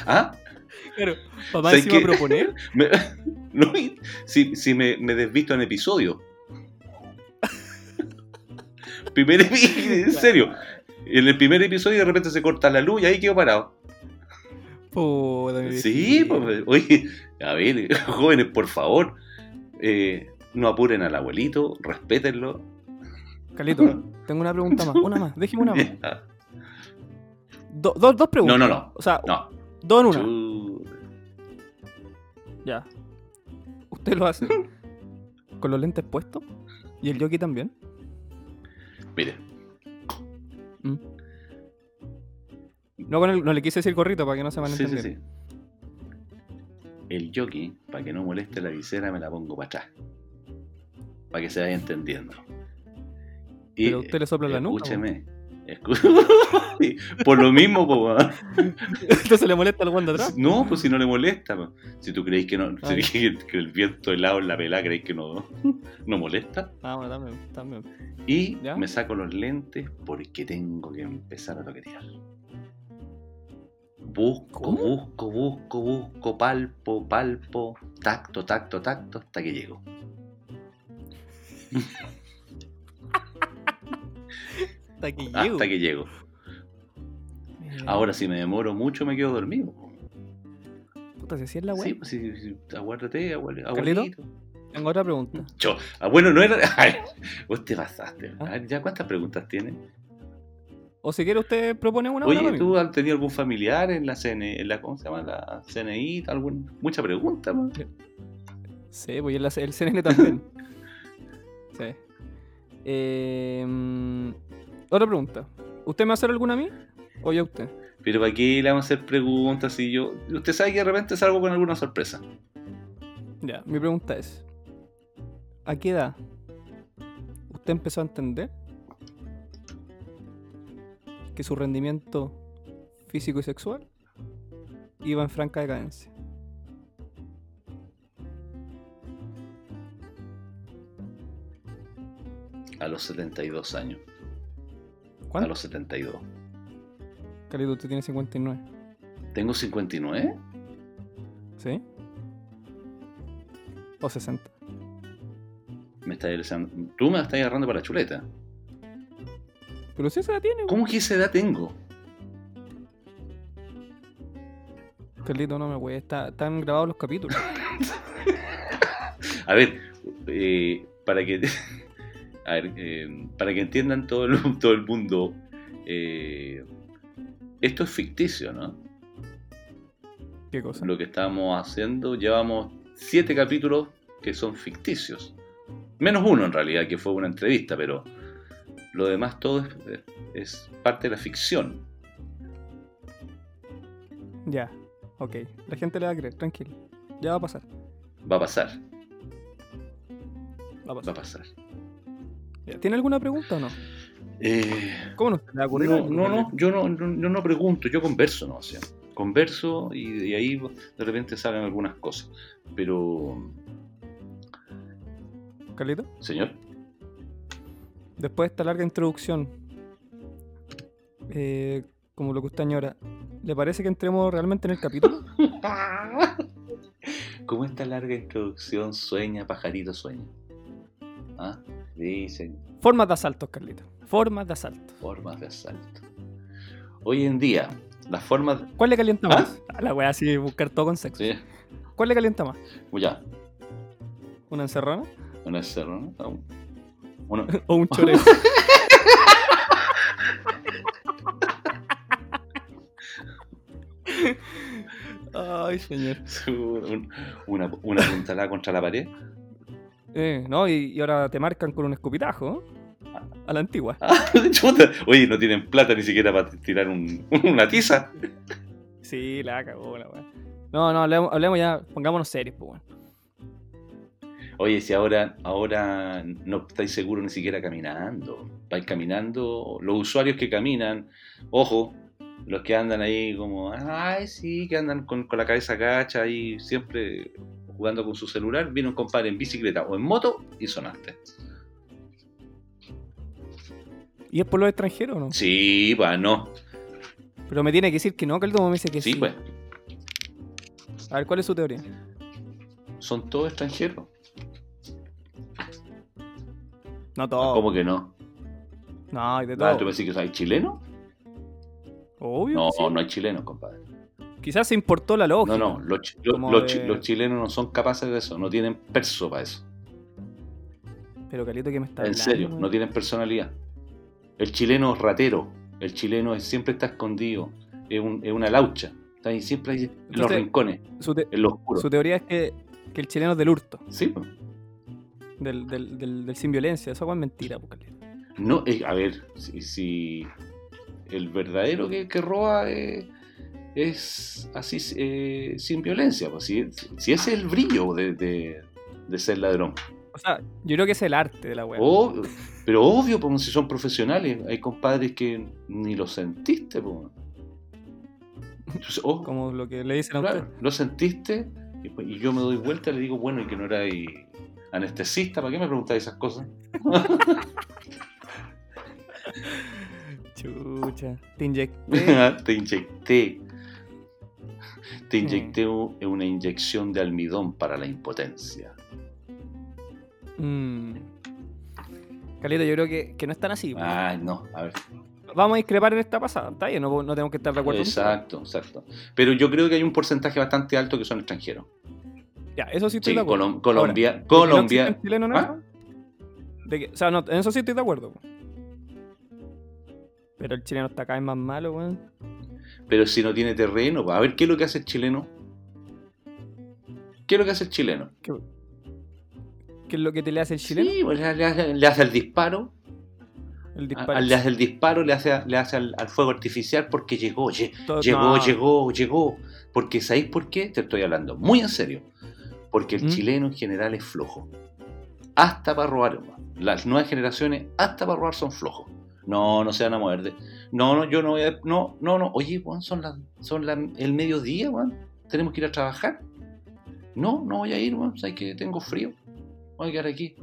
A: ¿Ah?
B: Claro, papá
A: ¿Sabes
B: encima a
A: qué?
B: proponer.
A: Me- no, y- si si me, me desvisto en episodio. primer episodio, en serio. En el primer episodio de repente se corta la luz y ahí quedo parado.
B: Puta, mi
A: Sí,
B: viejito.
A: pues, oye, a ver, jóvenes, por favor, eh, no apuren al abuelito, respétenlo.
B: Carlito,
A: pues.
B: tengo una pregunta más. Una más, déjeme una más. Do- dos- dos
A: No,
B: preguntas.
A: no, no,
B: O sea,
A: no.
B: dos en una.
A: Chu-
B: Ya. Usted lo hace. Con los lentes puestos. Y el jockey también.
A: Mire,
B: No, con el- no le quise decir gorrito para que no se
A: sí, sí,
B: malentendiera.
A: sí. El jockey, para que no moleste la visera, me la pongo para atrás. Para que se vaya entendiendo. Y,
B: Pero usted le sopla la nuca. po.
A: Escúcheme. escu- Por lo mismo, po, weón.
B: Entonces le molesta al guante atrás.
A: No, pues si no le molesta. po. Si tú creéis que no, si
B: Ay.
A: creéis que el viento helado en la pelada creéis que no, no molesta.
B: Ah, bueno, también. también.
A: Y
B: ¿Ya?
A: me saco los lentes porque tengo que empezar a toquetear. Busco,
B: ¿Cómo?
A: busco, busco, busco, palpo, palpo, tacto, tacto, tacto, hasta que llego.
B: Hasta que llego. Mm.
A: Hasta que llego.
B: Mira,
A: Ahora, si me demoro mucho, me quedo dormido.
B: Puta, si así es la
A: Sí,
B: wea.
A: pues sí, sí, aguárdate, abuel-
B: ¿Carlito?
A: abuelito.
B: Tengo otra pregunta.
A: Yo, ah, bueno, no era. a ver, vos te pasaste. A
B: Ah.
A: ver, ¿ya cuántas preguntas tienes?
B: O si quiere, usted propone una. una para
A: Oye,
B: mí.
A: ¿tú has tenido algún familiar en la CNI? En la, ¿Cómo se llama? La CNI, algún, mucha pregunta, man.
B: Sí, pues y el, el CNN también. sí. Eh, mm, otra pregunta. ¿Usted me va a hacer alguna a mí? ¿O yo a usted?
A: Pero ¿para qué le vamos a hacer preguntas si yo... Usted sabe que de repente salgo con alguna sorpresa.
B: Ya, mi pregunta es: ¿A qué edad usted empezó a entender que su rendimiento físico y sexual iba en franca decadencia?
A: A los 72 años. A
B: ¿Cuánto?
A: los 72.
B: Carlito, usted tiene 59.
A: ¿Tengo 59?
B: ¿Sí? ¿O 60?
A: Me está regresando- Tú me estás agarrando para la chuleta.
B: Pero si se la tiene,
A: ¿Cómo que esa edad tengo?
B: Carlito, no me güey, está, están grabados los capítulos.
A: A ver, eh, para que... A ver, eh, para que entiendan todo el, todo el mundo, eh, esto es ficticio, ¿no?
B: ¿Qué cosa?
A: Lo que estamos haciendo, llevamos siete capítulos que son ficticios. Menos uno en realidad, que fue una entrevista, pero lo demás todo es, es parte de la ficción.
B: Ya, ok. La gente le va a creer, tranquilo. Ya va a pasar.
A: Va a pasar,
B: Va a
A: va a
B: pasar.
A: pasar.
B: Ya, ¿Tiene alguna pregunta o no?
A: Eh,
B: ¿Cómo no se le va a ocurrir?
A: no,
B: algo,
A: no, no,
B: Carlito?
A: yo no, no- yo no pregunto, yo converso, ¿no? O sea, converso y de ahí de repente salen algunas cosas. Pero,
B: Carlito.
A: señor,
B: Después de esta larga introducción, eh, como lo que usted añora, ¿le parece que entremos realmente en el capítulo?
A: Como esta larga introducción sueña, pajarito sueña. ¿Ah? Dicen
B: Formas de asaltos, Carlito. Formas de asalto.
A: formas de asalto. Hoy en día, las formas.
B: ¿Cuál le calienta
A: ¿Ah?
B: más? A La wea así, buscar todo con sexo.
A: Sí,
B: ¿Cuál le calienta más?
A: ya,
B: ¿Una encerrona
A: una cerro, ¿no? Ah, un- Una,
B: o un choreo? Ay, señor.
A: un- una, una puntalada contra la pared.
B: Eh, no, y, y ahora te marcan con un escupitajo. ¿eh? A la antigua.
A: Ah, chuta. Oye, no tienen plata ni siquiera para tirar un- una tiza.
B: Sí, la cagó la weá. No, no, hablemos, hablemos ya, pongámonos serios, pues weón.
A: Oye, si ahora, ahora no estáis seguros ni siquiera caminando. Vais caminando, los usuarios que caminan, ojo, los que andan ahí como, ay, sí, que andan con, con la cabeza gacha y siempre jugando con su celular, viene un compadre en bicicleta o en moto y sonaste.
B: ¿Y es por los extranjeros o no?
A: Sí, va, no.
B: Pero me tiene que decir que no, Caldo me dice que sí.
A: Sí, pues.
B: A ver, ¿cuál es su teoría?
A: Son todos extranjeros.
B: No todo.
A: ¿Cómo que no?
B: No, hay de todo.
A: Ah, ¿Tú me decís que hay chilenos?
B: Obvio.
A: No,
B: sí.
A: no hay chilenos, compadre.
B: Quizás se importó la lógica.
A: No, no, los, chi- los-
B: Como
A: los chi-
B: de-
A: los chilenos no son capaces de eso, no tienen perso para eso.
B: Pero Calito, ¿qué me está
A: En
B: hablando,
A: serio,
B: weón?
A: no tienen personalidad. El chileno es ratero, el chileno es- siempre está escondido, es, un- es una laucha, está ahí siempre ahí en los
B: Entonces-
A: rincones,
B: Su, te-
A: en lo oscuro.
B: su teoría es que, que el chileno es del hurto,
A: Sí, pues.
B: del, del, del, del sin violencia. Esa weá es mentira, po, Calito.
A: No, eh, a ver, si, si el verdadero que, que roba eh, es así, eh, sin violencia, pues, si, si ese es el brillo de, de- de ser ladrón.
B: O sea, yo creo que es el arte de la weá.
A: Ob- pero obvio, como si son profesionales, hay compadres que ni lo sentiste. po. Entonces, oh,
B: Como lo que le dicen a
A: claro,
B: usted.
A: lo sentiste y, pues- y yo me doy vuelta y le digo, bueno, y que no era anestesista, ¿para qué me preguntáis esas cosas?
B: Chucha. Te inyecté.
A: te inyecté. Te inyecté u- una inyección de almidón para la impotencia.
B: Mm. Calito, yo creo que, que no es tan así. po.
A: Ay, no, a ver.
B: Vamos a discrepar en esta pasada. Está bien, no, no tenemos que estar de acuerdo. en todo.
A: Exacto, exacto. Pero yo creo que hay un porcentaje bastante alto que son extranjeros.
B: Ya, eso sí estoy
A: Sí,
B: de acuerdo.
A: Colom- Colombia,
B: Ahora, ¿de que
A: Colombia.
B: No existen chilenos, ¿no?
A: ¿Ah?
B: De que- o sea, no, en eso sí estoy de acuerdo. po. Pero el chileno está cada vez más malo, weón.
A: Pero si no tiene terreno, pues, a ver, ¿qué es lo que hace el chileno? ¿Qué es lo que hace el chileno?
B: ¿Qué es lo que te le hace el chileno?
A: Sí, pues, le, le- le hace el disparo,
B: El
A: a-
B: disparo.
A: ah, le hace el disparo, le hace, le hace al, al fuego artificial porque llegó, lle-
B: Todo-
A: llegó,
B: Oh, no.
A: llegó, llegó. Porque ¿sabéis por qué? Te estoy hablando muy en serio. Porque el
B: ¿Mm?
A: chileno en general es flojo. Hasta para robar. weón. Las nuevas generaciones, hasta para robar, son flojos. No, no se van a mover. de- No, no, yo no voy a... No, no, no. Oye, weón, son, las, son las- el mediodía, weón. Tenemos que ir a trabajar. No, no voy a ir, weón. Sabes que tengo frío. Voy a quedar aquí.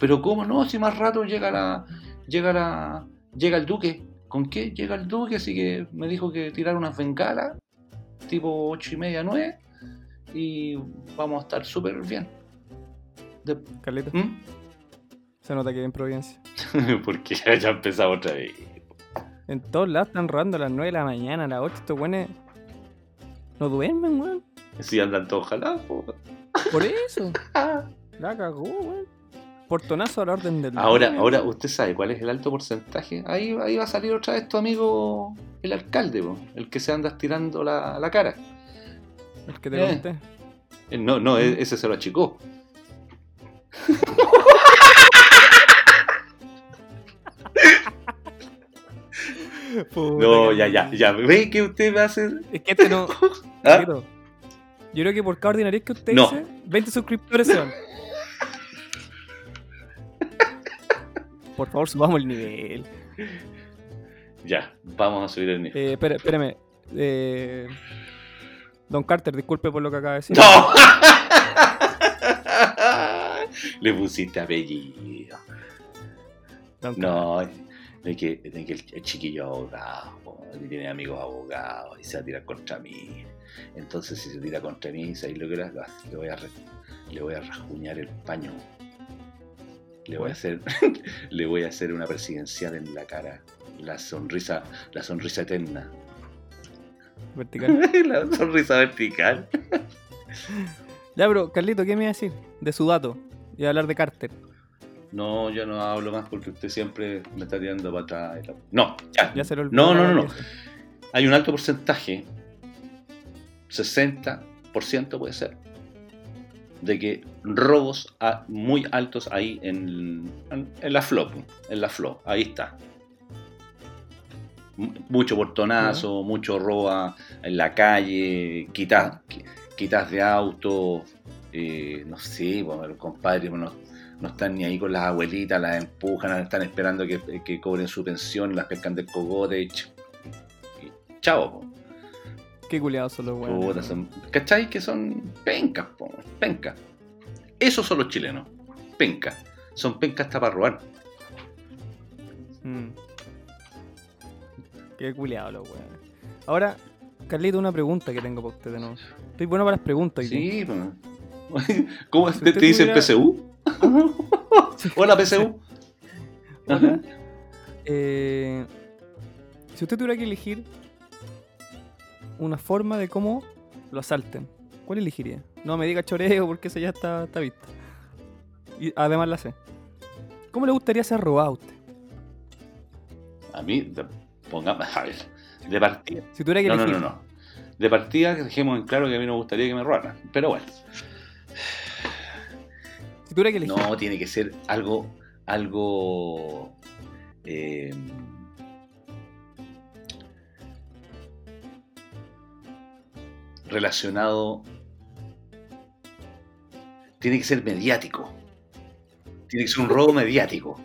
A: Pero ¿cómo no? Si más rato llega la... Llega la... Llega el duque. ¿Con qué? Llega el duque, así que me dijo que tirar unas bengalas tipo 8 y media, 9 y vamos a estar súper bien. De-
B: Carlito,
A: ¿Mm?
B: se nota que en Providencia.
A: Porque ya, ya empezamos otra vez.
B: En todos lados están robando a las 9 de la mañana, a las 8. Estos weones no duermen, weón.
A: Si andan todos jalados. po.
B: Por eso.
A: Ah.
B: La cagó, weón. Portonazo a la orden del.
A: Ahora,
B: día.
A: ahora usted sabe cuál es el alto porcentaje. Ahí, ahí va a salir otra vez tu amigo, el alcalde, po, el que se anda estirando la, la cara.
B: El que te
A: Eh.
B: conté.
A: Eh, No, no, e- ese se lo achicó. No, ya, ya, ya. ¿Ve que usted va a hacer?
B: Es que este no.
A: ¿Ah?
B: Querido, Yo creo que por cada ordinariedad que usted
A: No.
B: dice, 20 suscriptores se van. Por favor, subamos el nivel.
A: Ya, vamos a subir el nivel.
B: Eh, espere- espéreme. Eh, Don Carter, disculpe por lo que acaba de decir.
A: ¡No! Le pusiste apellido.
B: Don Carter.
A: No, de que, de que el chiquillo es abogado, po, que tiene amigos abogados y se va a tirar contra mí. Entonces, si se tira contra mí, ¿sabes lo que le le voy a re- le voy a rasguñar el paño. Le voy a hacer le voy a hacer una presidencial en la cara. La sonrisa, la sonrisa eterna.
B: Vertical.
A: la sonrisa vertical.
B: Ya, pero Carlito, ¿qué me iba a decir? De su dato. Y hablar de Carter.
A: No, yo no hablo más porque usted siempre me está tirando para atrás. No, ya.
B: Ya se lo olvidó
A: No, no,
B: la
A: no, no.
B: noticia.
A: Hay un alto porcentaje, 60% puede ser, de que robos a- muy altos ahí en, en, en la flop, en la flop, ahí está. Mu- Mucho portonazo, mucho roba en la calle, quitas, qui- quitas de auto, eh, no sé, bueno, los compadres bueno, no, están ni ahí con las abuelitas, las empujan, están esperando que, que cobren su pensión, las pescan del cogote, y ch- y chao. po.
B: Qué culiados son los weones.
A: Puta, son- ¿Cachai? Que son pencas, po, pencas. Esos son los chilenos, pencas. Son pencas hasta para robar.
B: Mm. Qué culiado los weones. Ahora, Carlito, una pregunta que tengo para usted de nuevo. Estoy bueno para las preguntas. hoy día.
A: Sí, po. ¿Cómo es?
B: Si
A: te,
B: usted
A: te dice el
B: tuviera-
A: PCU? Hola, PCU. Ajá.
B: Eh, si usted tuviera que elegir una forma de cómo lo asalten, ¿cuál elegiría? No me diga choreo porque esa ya está, está vista. Y además la sé. ¿Cómo le gustaría ser robado a usted?
A: A mí, de- pongamos, a ver, de partida.
B: Si tuviera que
A: No, no,
B: elegir.
A: no, no. De partida, que dejemos en claro que a mí no me gustaría que me robaran. Pero bueno,
B: Si tuviera que elegir.
A: no, tiene que ser algo, algo... eh, relacionado... Tiene que ser mediático. Tiene que ser un robo mediático.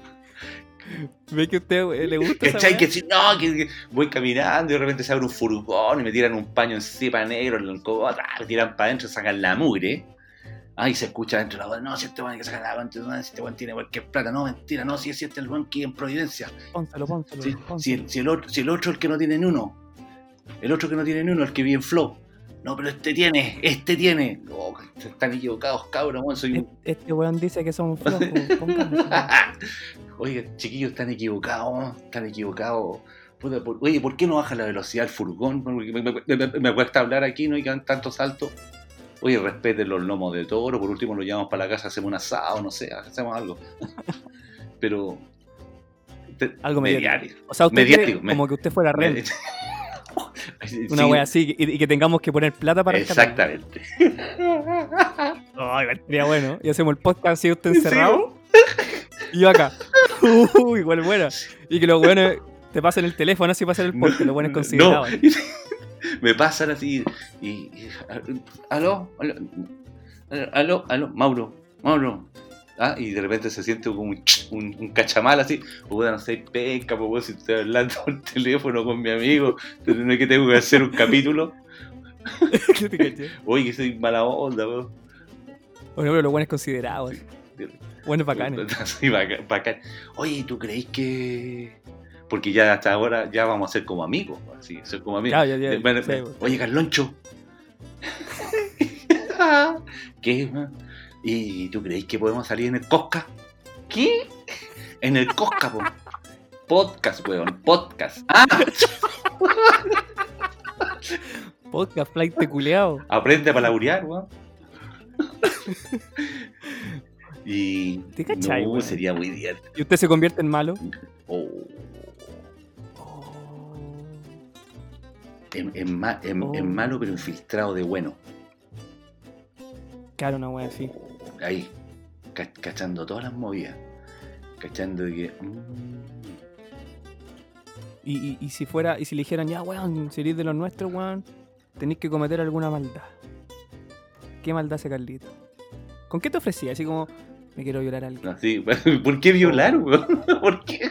B: Ve que a usted eh, le gusta. esa
A: ¿Cachai?
B: weá?
A: Que si no, que, que voy caminando y de repente se abre un furgón y me tiran un paño en cepa negro, en el codo, ah, me tiran para adentro, sacan la mugre. Ahí se escucha adentro la voz, no, si este weón hay que sacar la guante, no, si este weón tiene cualquier plata, no, mentira, no, si es este el weón que en Providencia,
B: Pónselo, pónselo,
A: si,
B: pónselo.
A: si el, si el otro, si el otro es el que no tiene ni uno, el otro que no tiene ni uno, el que vive en Flow, no, pero este tiene, este tiene, no, están equivocados, cabrón, weón, soy un...
B: Este- Este weón dice que son flojos. pónganlo.
A: Oiga, chiquillos, están equivocados, están equivocados. Puta, por- oye, ¿por qué no baja la velocidad del furgón? Porque Me, me- me- me cuesta hablar aquí, no hay que dar tanto salto. Oye, respeten los lomos de toro, por último lo llevamos para la casa, hacemos un asado, no sé, hacemos algo. Pero. te-
B: Algo mediático.
A: mediático.
B: O sea, usted
A: Mediático,
B: quiere
A: me-
B: como que usted fuera rey.
A: Sí,
B: Una wea así y, y que tengamos que poner plata para rescatarlo.
A: Exactamente.
B: Ay, sería bueno. Y hacemos el podcast así usted encerrado. Y yo acá. Uy, igual buena. Y que los weones te pasen el teléfono así para hacer el podcast. Los buenos
A: No,
B: considerados.
A: me pasan así y, y- aló, aló, aló, aló, Mauro, Mauro. Ah, y de repente se siente como un, ch- un, un cachamal así, puta, no sé, pesca, pues si estoy hablando por teléfono con mi amigo, no es que tengo que hacer un capítulo,
B: Yo te caché.
A: oye, que soy mala onda, po.
B: Bueno, pero los buenos considerados. Buenos bacanes.
A: Sí, baca- bacán. Oye, ¿tú creéis que...? Porque ya hasta ahora ya vamos a ser como amigos, así, ser como amigos.
B: Ya, ya, ya.
A: Bueno, eh.
B: Sí,
A: bueno,
B: bueno.
A: oye, Carloncho. ¿Qué? ma? ¿Y tú creéis que podemos salir en el Cosca? ¿Qué? En el Cosca, po. Podcast, weón. Podcast. Ah,
B: Podcast flight de culeado.
A: aprende a palabrear, weón. Y.
B: ¿Te cachai,
A: no,
B: weón?
A: sería muy bien.
B: Y usted se convierte en malo.
A: Oh, en, en ma- en-
B: Oh.
A: en malo, pero infiltrado de bueno.
B: Claro, una wea así.
A: ahí, ca- cachando todas las movidas, cachando de que. mm,
B: Y, y, y si fuera, y si le dijeran, ya weón, si eres de los nuestros, weón, tenéis que cometer alguna maldad. ¿Qué maldad hace Carlito? ¿Con qué te ofrecía? Así como, me quiero violar a alguien.
A: así, ¿Por qué violar,
B: Oh.
A: weón? ¿Por qué?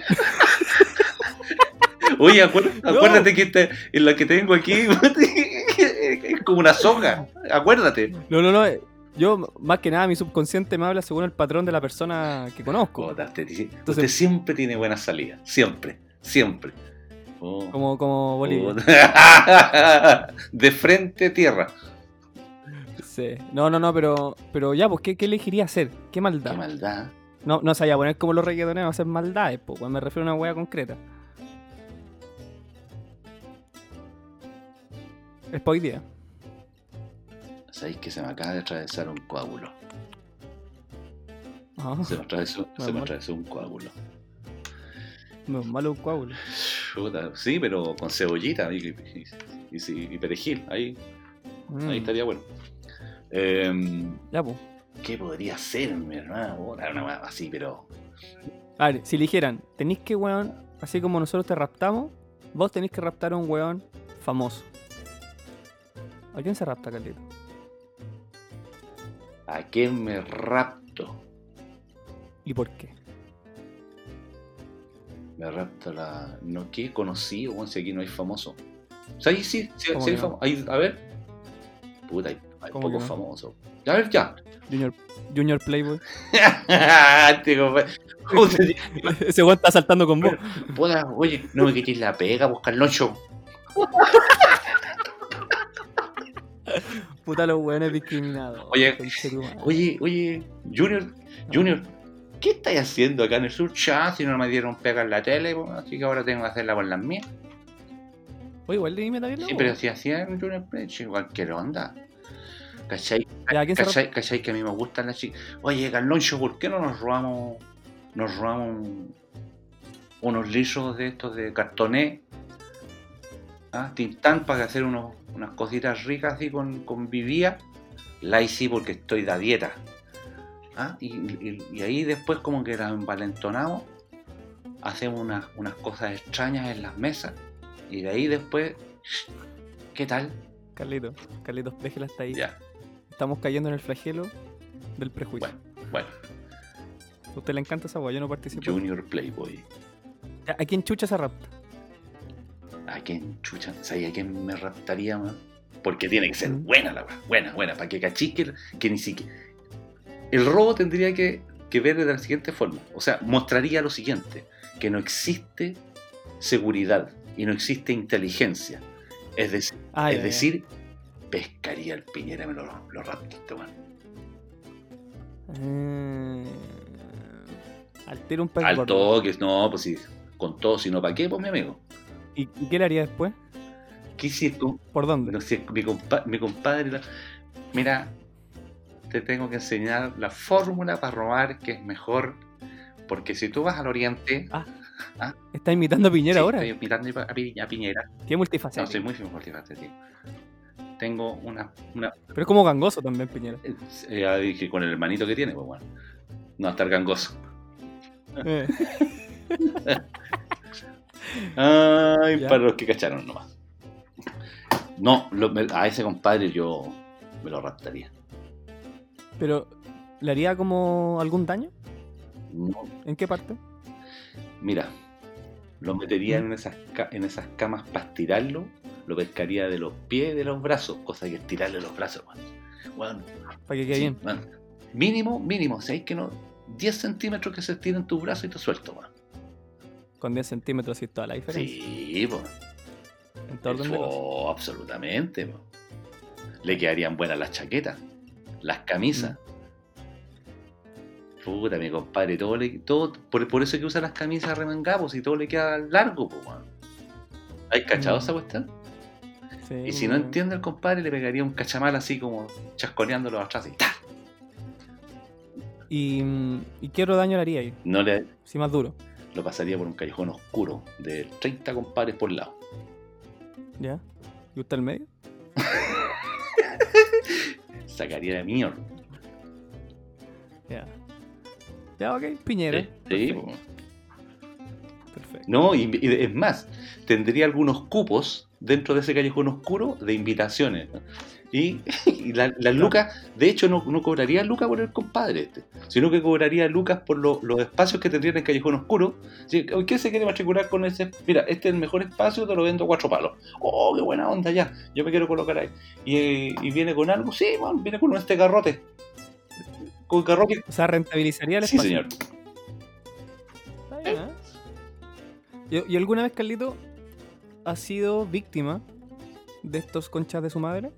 A: Oye, acuer- acuérdate que esta- en la que tengo aquí es como una soga. Acuérdate.
B: No, no, no. eh, Yo, m- más que nada, mi subconsciente me habla según el patrón de la persona que conozco.
A: Puta, usted, dice- usted
B: Entonces-
A: siempre tiene buena salida. Siempre. Siempre. Oh,
B: Como, como Bolivia.
A: puta. De frente tierra.
B: Sí. No, no, no, pero, pero ya, pues, ¿qué, qué elegiría hacer? ¿Qué maldad?
A: Qué maldad.
B: No, no se vaya a poner como los reggaetoneros a hacer maldades, pues, me refiero a una wea concreta. Es pa' hoy día.
A: Sabéis que se me acaba de atravesar un coágulo.
B: Ah.
A: Se me atravesó, se me
B: Normal.
A: atravesó un coágulo.
B: No, malo un coágulo.
A: Chuta, Sí, pero con cebollita y, y- y- y- y perejil. Ahí,
B: Mm.
A: ahí estaría bueno. Em,
B: Ya, pues.
A: ¿Qué podría ser, mi hermano? Puta, Una weá así, pero.
B: A ver, si le dijeran, tenéis que, weón, así como nosotros te raptamos, vos tenéis que raptar a un weón famoso. ¿A quién se rapta, Carlito?
A: ¿A quién me rapto?
B: ¿Y por qué?
A: Me rapto la. No, ¿Qué conocido? Bueno, si aquí no hay famoso. O sea, ahí sí, sí,
B: ¿Cómo
A: sí hay
B: que no?
A: famoso. Ahí, a ver. Puta, hay, Hay
B: ¿Cómo que
A: pocos
B: no?
A: famosos. A ver, ya.
B: Junior, Junior Playboy.
A: Te compa- Puta, sí.
B: Ese weón está saltando con vos.
A: Puta, oye, no me quites la pega, buscar el ocho.
B: Puta los weones discriminados.
A: Oye,
B: Conche tu madre.
A: Oye, oye, Junior, Junior, ¿qué estáis haciendo acá en el sur? Ya, si no me dieron pega en la tele, po, así que ahora tengo que hacerla con las mías.
B: Oye, igual dime también la
A: Sí,
B: voz.
A: pero si hacían Junior Pledge, cualquier onda. ¿Cachai?
B: Ya, ¿quién se ro-
A: ¿Cachai? ¿Cachai que a mí me gustan las chicas? Oye, Carloncho, ¿por qué no nos robamos, nos robamos un- unos lisos de estos de cartoné? ¿Ah? Tintán para hacer unos, unas cositas ricas así con, con vivía. La hice porque estoy de dieta. ¿Ah? Y, y- y ahí después como que las envalentonamos, hacemos unas, unas cosas extrañas en las mesas. Y de ahí después, ¿qué tal?
B: Carlito, Carlito, déjela hasta ahí.
A: Ya,
B: Estamos cayendo en el flagelo del prejuicio.
A: bueno, bueno.
B: A usted le encanta esa weá, yo no participo.
A: Junior Playboy.
B: ¿A quién chucha esa rapta?
A: ¿A quién chucha? ¿Sabes a quién me raptaría más? Porque tiene que ser
B: Mm.
A: buena la weá, buena, buena, para que cachis que, que ni siquiera. El robo tendría que, que ver de la siguiente forma. O sea, mostraría lo siguiente: que no existe seguridad y no existe inteligencia. Es, decir,
B: Ah, ya,
A: es
B: ya.
A: decir, pescaría al piñera y me lo, lo rapto este weón.
B: Ah, al tiro un perro.
A: Al
B: gordo.
A: toque, no, pues si, con todo, si no, ¿para qué? Pues mi amigo.
B: ¿Y y qué le haría después?
A: ¿Qué hiciste tú?
B: ¿Por dónde?
A: Bueno, si mi, compa- mi compadre, la- mira, te tengo que enseñar la fórmula para robar que es mejor, porque si tú vas al oriente,
B: Está imitando a Piñera
A: Sí,
B: ahora.
A: estoy imitando a, Pi- a Piñera,
B: Qué
A: no,
B: multifacético.
A: soy muy fíjate, tío. Tengo una, una
B: Pero es como gangoso también, Piñera.
A: eh, ya dije, con el hermanito que tiene, pues bueno, no va a estar gangoso. Ah.
B: Eh,
A: Ay,
B: Ya.
A: para los que cacharon nomás. No, lo- me- a ese compadre yo me lo raptaría.
B: Pero, ¿le haría como algún daño?
A: No,
B: ¿En qué parte?
A: Mira, lo metería
B: ¿Mm?
A: en esas, ca- en esas camas para estirarlo, lo pescaría de los pies y de los brazos, cosa que estirarle los brazos, weón. Weón,
B: Para que quede
A: sí,
B: bien.
A: weón. Mínimo, mínimo, si hay que no, 10 centímetros que se estiren tus brazos y te suelto, weón.
B: Con 10 centímetros y toda la diferencia.
A: Sí, po.
B: En todo orden de cosas.
A: Oh, absolutamente, po. Le quedarían buenas las chaquetas, las camisas.
B: Mm.
A: Puta, mi compadre, todo le, todo, por, por eso que usa las camisas remangadas, po, si todo le queda largo, po, weón. ¿Hay cachado
B: Mm.
A: esa cuestión?
B: Sí,
A: Y si no
B: weón.
A: entiende el compadre, le pegaría un cachamal así como chasconeándolo atrás. Y ¡ta!
B: ¿Y, mm, ¿y qué otro daño le haría ahí?
A: No le
B: Si más duro.
A: lo pasaría por un callejón oscuro de 30 compadres por lado.
B: ¿Ya? ¿Y usted al medio?
A: Sacaría de mierda.
B: Ya. Ya, ok. Piñera.
A: Sí, sí,
B: Perfecto.
A: po.
B: perfecto.
A: No, y, y es más, tendría algunos cupos dentro de ese callejón oscuro de invitaciones. ¿no? Y, y la- las lucas, de hecho, no, no cobraría lucas por el compadre este, sino que cobraría lucas por lo- los espacios que tendría en el callejón oscuro. Sí, "Oye, ¿Quién se quiere matricular con ese? Mira, este es el mejor espacio, te lo vendo a cuatro palos. Oh, qué buena onda ya, yo me quiero colocar ahí. Y, eh, y viene con algo, sí, man, viene con este garrote. Con garrote.
B: O sea, rentabilizaría el
A: Sí,
B: espacio.
A: señor.
B: Está bien, ¿eh? ¿Y, y alguna vez, Carlito, has sido víctima de estos conchas de su madre?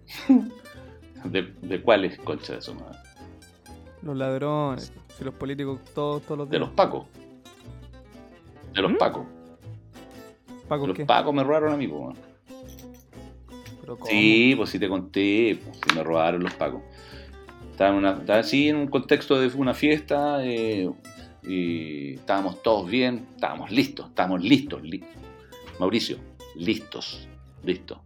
A: ¿De, de cuáles, concha de su madre?
B: Los ladrones, si los políticos todos, todos los
A: De
B: días.
A: los pacos. De los
B: ¿Mm?
A: pacos.
B: ¿Pacos
A: Los
B: qué?
A: pacos me robaron a mí, po, weón.
B: Pero ¿cómo?
A: Sí, pues sí te conté, pues, que me robaron los pacos. Estaba, en una, estaba así en un contexto de una fiesta eh, y estábamos todos bien, estábamos listos, estábamos listos, li- Mauricio, listos, listos.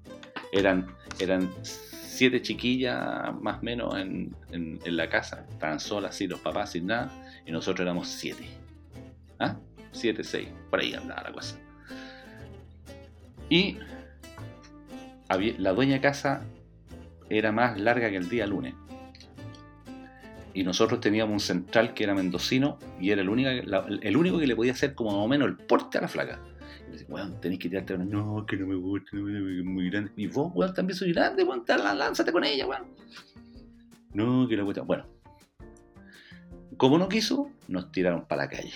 A: Eran, eran siete chiquillas más o menos en, en- en la casa, estaban solas, así los papás, sin nada, y nosotros éramos siete. ¿Ah? Siete, seis, por ahí andaba la cosa. Y había- la dueña de casa era más larga que el día lunes. Y nosotros teníamos un central que era mendocino y era el único, la- el único que le podía hacer como más o menos el porte a la flaca. Y le decía, weón, tenés que tirarte una. No, que no me gusta, no me- es muy grande. Y vos, weón, también soy grande, weón, te- lánzate con ella, weón. No, que la cuestión. Bueno, como no quiso, nos tiraron para la calle.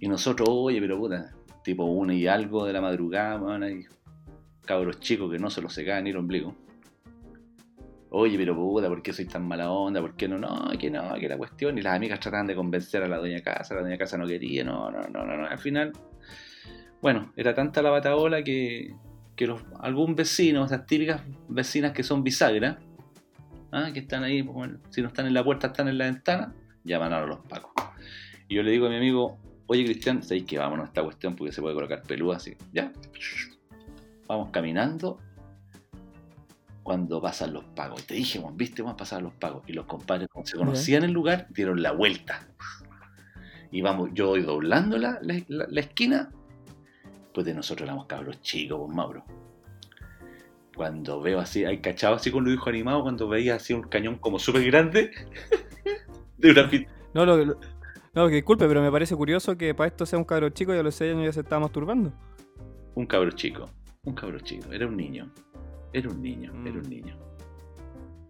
A: Y nosotros, oye, pero puta, tipo una y algo de la madrugada, man, hay cabros chicos que no se los secaban ni el ombligo. Oye, pero puta, ¿por qué soy tan mala onda? ¿Por qué no? No, que no, que la cuestión. Y las amigas trataban de convencer a la doña casa, la doña casa no quería, no, no, no, no. no. Al final, bueno, era tanta la bataola que, que los, algún vecino, esas típicas vecinas que son bisagras, ¿ah? que están ahí, bueno, si no están en la puerta, están en la ventana, llamaron a los pacos. Y yo le digo a mi amigo, oye Cristian, sabéis que vámonos a esta cuestión porque se puede colocar peluda así. Ya. Vamos caminando. Cuando pasan los pagos. Te dije, Juan, viste, van a pasar los pagos. Y los compadres, como se conocían el lugar, dieron la vuelta. Y vamos, yo voy doblando la, la- la- la esquina. Pues de nosotros éramos cabros chicos, pues Mauro. Cuando veo así, hay cachado así con los hijos animados, cuando veía así un cañón como súper grande de una pistola.
B: No, lo, lo- no, que disculpe, pero me parece curioso que para esto sea un cabro chico y a los 6 años ya se estaba masturbando.
A: un cabro chico, un cabro chico, era un niño, era un niño,
B: Mm.
A: era un niño.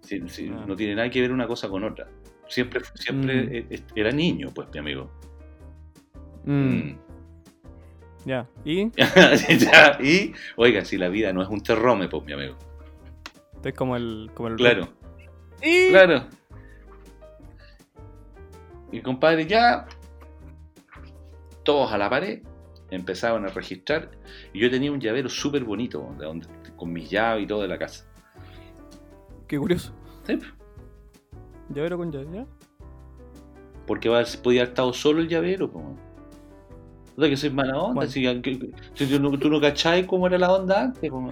A: Sí, sí,
B: Ah.
A: No tiene nada que ver una cosa con otra. Siempre, siempre
B: Mm.
A: eh, eh, era niño, pues, mi amigo.
B: Mm, Ya. ¿Y?
A: Ya, y, oiga, si la vida no es un terrome, pues, mi amigo.
B: Estoy como el. Como el
A: Claro,
B: ¿Y?
A: claro. Y compadre, ya todos a la pared empezaban a registrar. Y yo tenía un llavero súper bonito, de donde- con mis llaves y todo de la casa.
B: Qué curioso.
A: Sí,
B: pues. Llavero con llave, ¿ya?
A: Porque va a- podía haber estado solo el llavero, po. O sea, que soy mala onda.
B: Bueno.
A: Si, que- si tú, no, tú no cachai cómo era la onda antes, po.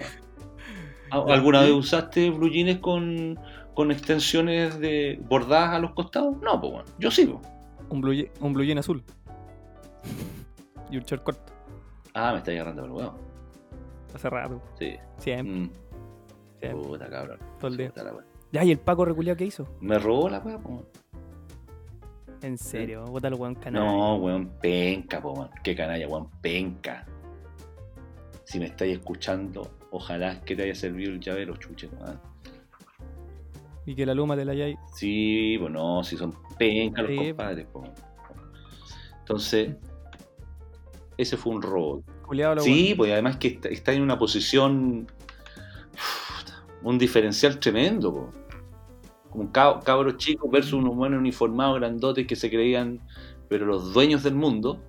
A: ¿Al- ¿Alguna vez usaste blue jeans con, con extensiones de bordadas a los costados? No, pues bueno. Yo sí, po.
B: Un blue, ye- un blue jean azul. Y un short corto.
A: Ah, me está agarrando el huevo.
B: Hace rato.
A: Sí.
B: Siempre,
A: Mm.
B: siempre,
A: Puta, cabrón.
B: Em, todo el día.
A: Puta la wea.
B: Ya, ¿y el Paco reculeado qué hizo?
A: Me robó la weá, po.
B: En serio, bota el weón canal.
A: Eh, No, weón, penca, po, weón. Qué canalla, weón, penca. Si me estáis escuchando, ojalá que te haya servido el llavero, chuche, weón.
B: Y que la luma te la haya...
A: Sí, bueno, si son pencas los
B: Sí,
A: compadres. po. Entonces, ese fue un robo.
B: culeado la
A: sí, pues además que está, está en una posición. Un diferencial tremendo. po. Como un cab- cabro chico versus
B: Mm.
A: unos humanos uniformados, grandotes que se creían, pero los dueños del mundo.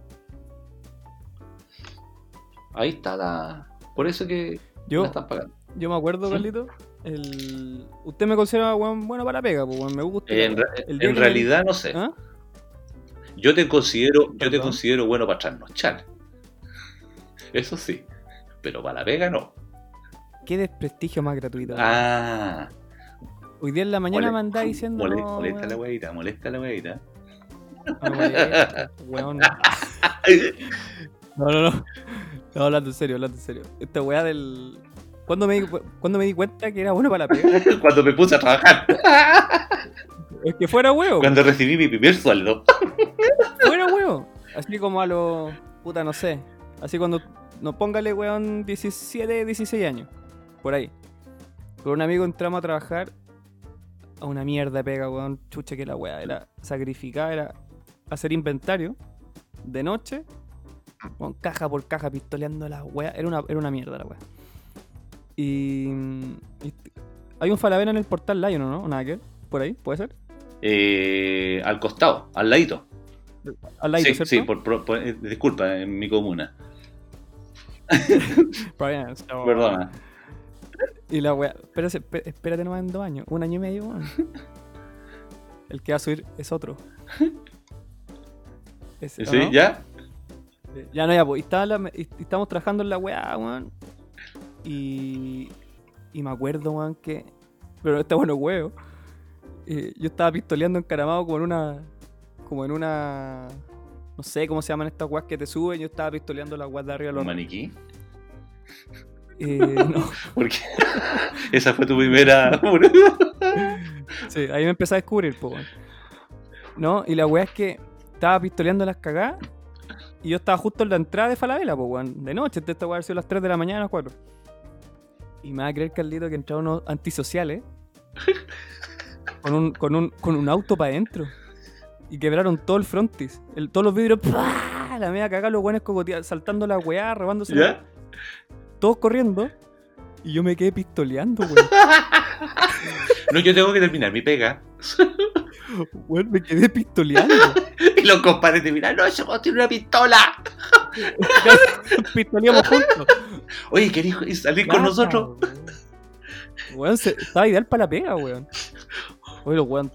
A: Ahí está la. Por eso
B: weón.
A: que la
B: Yo,
A: están pagando.
B: yo me acuerdo,
A: pues, Sí.
B: Carlito, el... Usted me considera weón bueno para pega, pues weón, me gusta.
A: En, ra-
B: el
A: en
B: día que me-
A: realidad, no sé.
B: ¿Ah?
A: Yo te considero, yo te
B: Perdón.
A: considero bueno para trasnochar. Eso sí. Pero para la vega no.
B: Qué desprestigio más gratuito. weón.
A: Ah.
B: Hoy día en la mañana
A: mole-
B: me andaba diciendo...
A: mole-
B: no,
A: molesta la
B: weón,
A: weita, molesta la weita.
B: no, molesta, weón. No, no, no. No, hablando en serio, hablando en serio. Esta weá del... ¿Cuándo me, di, cuándo me di cuenta que era bueno para la pega?
A: Cuando me puse a trabajar.
B: Es que fuera huevo,
A: Cuando recibí mi primer sueldo.
B: fuera huevo. Así como a los. Puta, no sé. Así cuando. No póngale, weón, 17, 16 años. Por ahí. Con un amigo entramos a trabajar. A una mierda pega, weón. Chucha que la weá. Era sacrificar, era hacer inventario. De noche. Con caja por caja, pistoleando la weá. Era una, era una mierda la weá. Y. y- hay un falabena en el portal Lion, ¿o ¿no? ¿O Nada que ver? Por ahí, puede ser.
A: Eh, al costado, al ladito.
B: Al lado,
A: sí,
B: ¿cierto?
A: sí, por, por- por- eh, disculpa, en mi comuna.
B: Brian,
A: Oh.
B: so-
A: Perdona.
B: Y la wea, pero se- pe- espérate nomás en dos años, un año y medio, weón. El que va a subir es otro. Ese, ¿o
A: ¿Sí?
B: no?
A: ¿Ya?
B: Ya no, ya, pues. y estaba la- y- y Estamos trabajando en la weá, weón. Y. Y me acuerdo, weón, que. Pero está bueno, huevo. Eh, yo estaba pistoleando encaramado como en una. Como en una. No sé cómo se llaman estas weas que te suben. Yo estaba pistoleando las weas de arriba. de
A: ¿Un
B: Los...
A: maniquí?
B: Eh, no.
A: Porque esa fue tu primera.
B: Sí, ahí me empecé a descubrir, po. weón. No, y la weá es que estaba pistoleando las cagadas y yo estaba justo en la entrada de Falabella, po, weón. De noche, esta weá ha sido a las 3 de la mañana, 4. Y me va a creer, Carlito, que entraron unos antisociales Con un, con un, con un auto para adentro. Y quebraron todo el frontis. El, todos los vidrios. ¡pua! La media cagada, los buenos cocoteados, saltando la weá, robándose. la-
A: ¿Ya?
B: Todos corriendo. Y yo me quedé pistoleando, weón.
A: No, yo tengo que terminar mi pega.
B: Weón, me quedé pistoleando.
A: Y los compadres te miran, no, ese weón tiene una pistola.
B: Pistoleamos juntos.
A: Oye, ¿querés salir con
B: Cacha,
A: nosotros?
B: weón. Weón, se- estaba ideal para la pega, weón. Oye, los weón.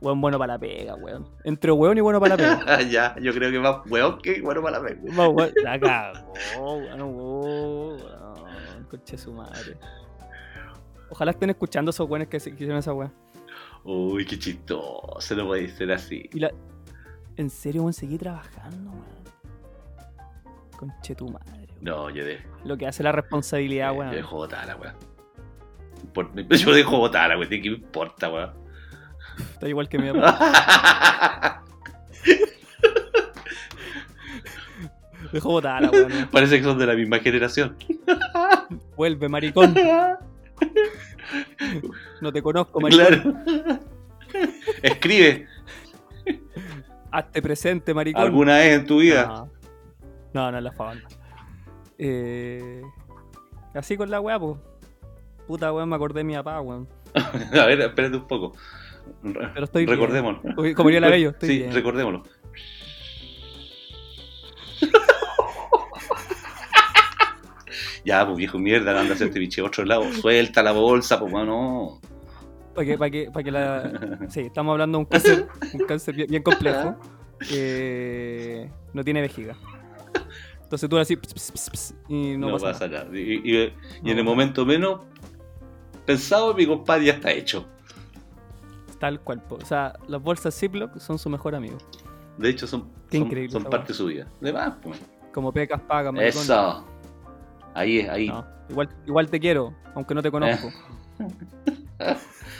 B: Weón bueno para la pega, weón. Entre weón y bueno para la pega.
A: Ah, ya, yo creo que más weón que bueno para la pega.
B: Vamos, weón. La cagó, weón. weón, weón. Conche su madre. Ojalá estén escuchando esos weones que, se- que hicieron esa weón.
A: Uy, qué chistoso, no puede ser así.
B: Y la. En serio, weón, seguí trabajando, weón. Conche tu madre, weón.
A: No, yo dejo.
B: Lo que hace la responsabilidad,
A: Eh,
B: weón.
A: Yo dejo botada la weá. Por- Yo dejo botada la weá, ¿qué me importa, weá?
B: Está igual que mi papá. Dejó botada la weón. weón.
A: Parece que son de la misma generación.
B: Vuelve, maricón. No te conozco, maricón.
A: Claro. Escribe
B: Hazte presente, maricón.
A: alguna vez en tu vida.
B: No, no, no es la fabanda. Eh, así con la weá, pues. Puta weón, me acordé de mi papá, weón.
A: A ver, espérate un poco. Re-
B: Pero estoy bien.
A: recordémoslo.
B: Uy, Como yo la bello, estoy
A: Pues, sí,
B: bien.
A: recordémoslo. ya, pues viejo mierda, anda a hacerte biche a otro lado. Suelta la bolsa, pues no.
B: Para que, pa' que, pa' que la. Sí, estamos hablando de un cáncer, un cáncer bien, bien complejo. que no tiene vejiga. Entonces tú así y no,
A: no,
B: pasa, nada.
A: nada. Y, y- y en
B: No.
A: el momento menos pensado, mi compadre ya está hecho.
B: Tal cual. po. O sea, las bolsas Ziploc son su mejor amigo.
A: De hecho, son,
B: Qué
A: son,
B: increíble
A: son
B: esa
A: parte de su vida. De más, pues.
B: Como pecas pagas, maricón.
A: Eso. Ahí es, ahí.
B: No, igual, igual te quiero, aunque no te
A: Eh.
B: conozco.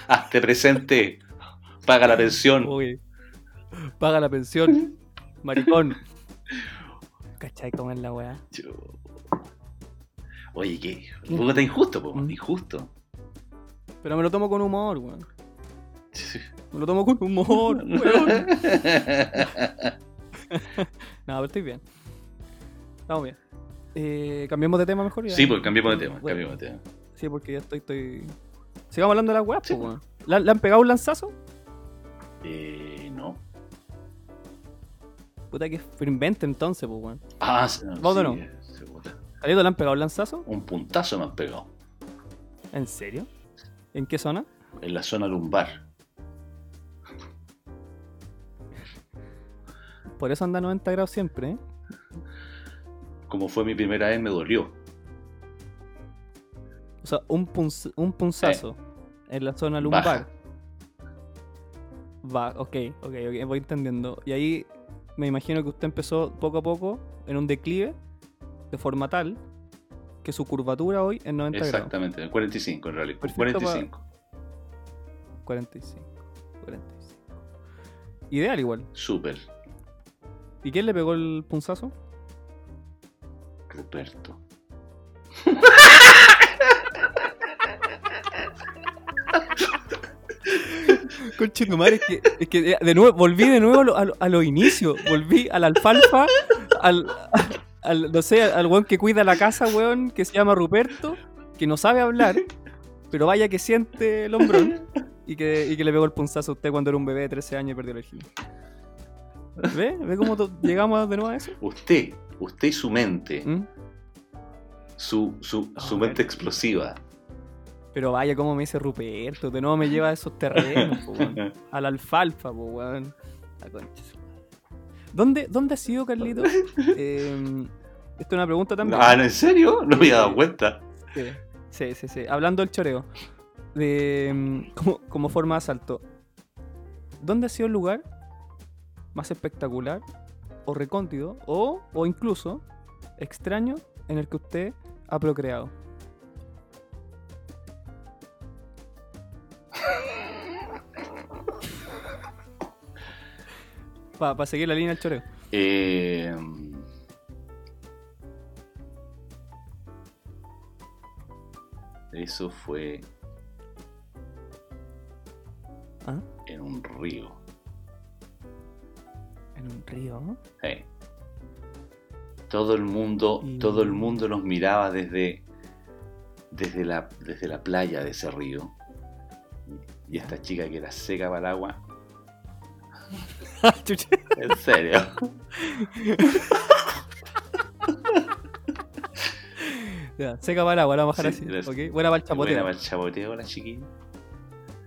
A: Hazte presente. Ah, Paga la pensión.
B: Uy, paga la pensión, maricón. ¿Cachai cómo es la weá?
A: Yo- Oye, ¿qué? Puta, injusto, po,
B: Mm.
A: injusto.
B: Pero me lo tomo con humor, weón. Me lo tomo con humor, weón. No, pero estoy bien. Estamos bien. Eh, ¿Cambiemos de tema mejor? ya?
A: Sí, pues cambiemos de tema,
B: Bueno,
A: cambiemos de tema.
B: Sí, porque ya estoy, estoy... Sigamos hablando de la weá,
A: Sí,
B: pues, weón. ¿La- ¿Le han pegado un lanzazo?
A: Eh, no.
B: Puta que pero invente entonces, pues, weón.
A: Ah, sí, no,
B: Vamos de
A: sí,
B: nuevo.
A: sí, puta.
B: ¿Carito le han pegado un lanzazo?
A: Un puntazo me han pegado.
B: ¿En serio? ¿En qué zona?
A: En la zona lumbar.
B: Por eso anda a 90 grados siempre, ¿eh?
A: Como fue mi primera vez, me dolió.
B: O sea, un, punz- un punzazo en la zona
A: Baja.
B: lumbar. Va, ok, ok, ok, voy entendiendo. Y ahí me imagino que usted empezó poco a poco en un declive de forma tal que su curvatura hoy es 90 grados.
A: Exactamente, en 45 en realidad.
B: Perfecto
A: 45.
B: 45, 45. Ideal igual.
A: Súper.
B: ¿Y quién le pegó el punzazo?
A: Ruperto.
B: Conchetumare, es que, es que eh, de nuevo, volví de nuevo a lo, a lo- a lo inicio. Volví al alfalfa, al, al- no sé, al weón que cuida la casa, weón, que se llama Ruperto, que no sabe hablar, pero vaya que siente el hombrón y que, y que le pegó el punzazo a usted cuando era un bebé de 13 años y perdió el gimnasio. ¿Ve? ¿Ve cómo to- llegamos de nuevo a eso?
A: Usted, usted y su mente,
B: ¿Mm?
A: su, su, su
B: Ah,
A: mente
B: bueno.
A: explosiva.
B: Pero vaya cómo me dice Ruperto, de nuevo me lleva a esos terrenos, po, weón. Al alfalfa, po, weón. La concha. de su madre. ¿Dónde, ¿Dónde ha sido, Carlito? Eh, esta es una pregunta también.
A: Ah, ¿no, ¿en serio? No me había dado
B: Sí.
A: cuenta.
B: Sí, sí, sí, sí. Hablando del choreo. De, mm, como, como forma de asalto. ¿Dónde ha sido el lugar más espectacular o recóndito o, o incluso extraño en el que usted ha procreado? Para seguir la línea del choreo.
A: Eh, eso fue
B: ¿Ah?
A: en un río.
B: En un río.
A: Sí. ¿eh? Todo el mundo,
B: Y-
A: todo el mundo nos miraba desde, desde, la, desde la playa de ese río. Y esta chica que era seca para el agua.
B: Chucha.
A: En serio.
B: Ya, seca para el agua, la vamos a dejar
A: Sí,
B: así.
A: gracias.
B: ok. Buena ¿Ah? para el chapoteo.
A: Buena para el chapoteo, la chiquilla.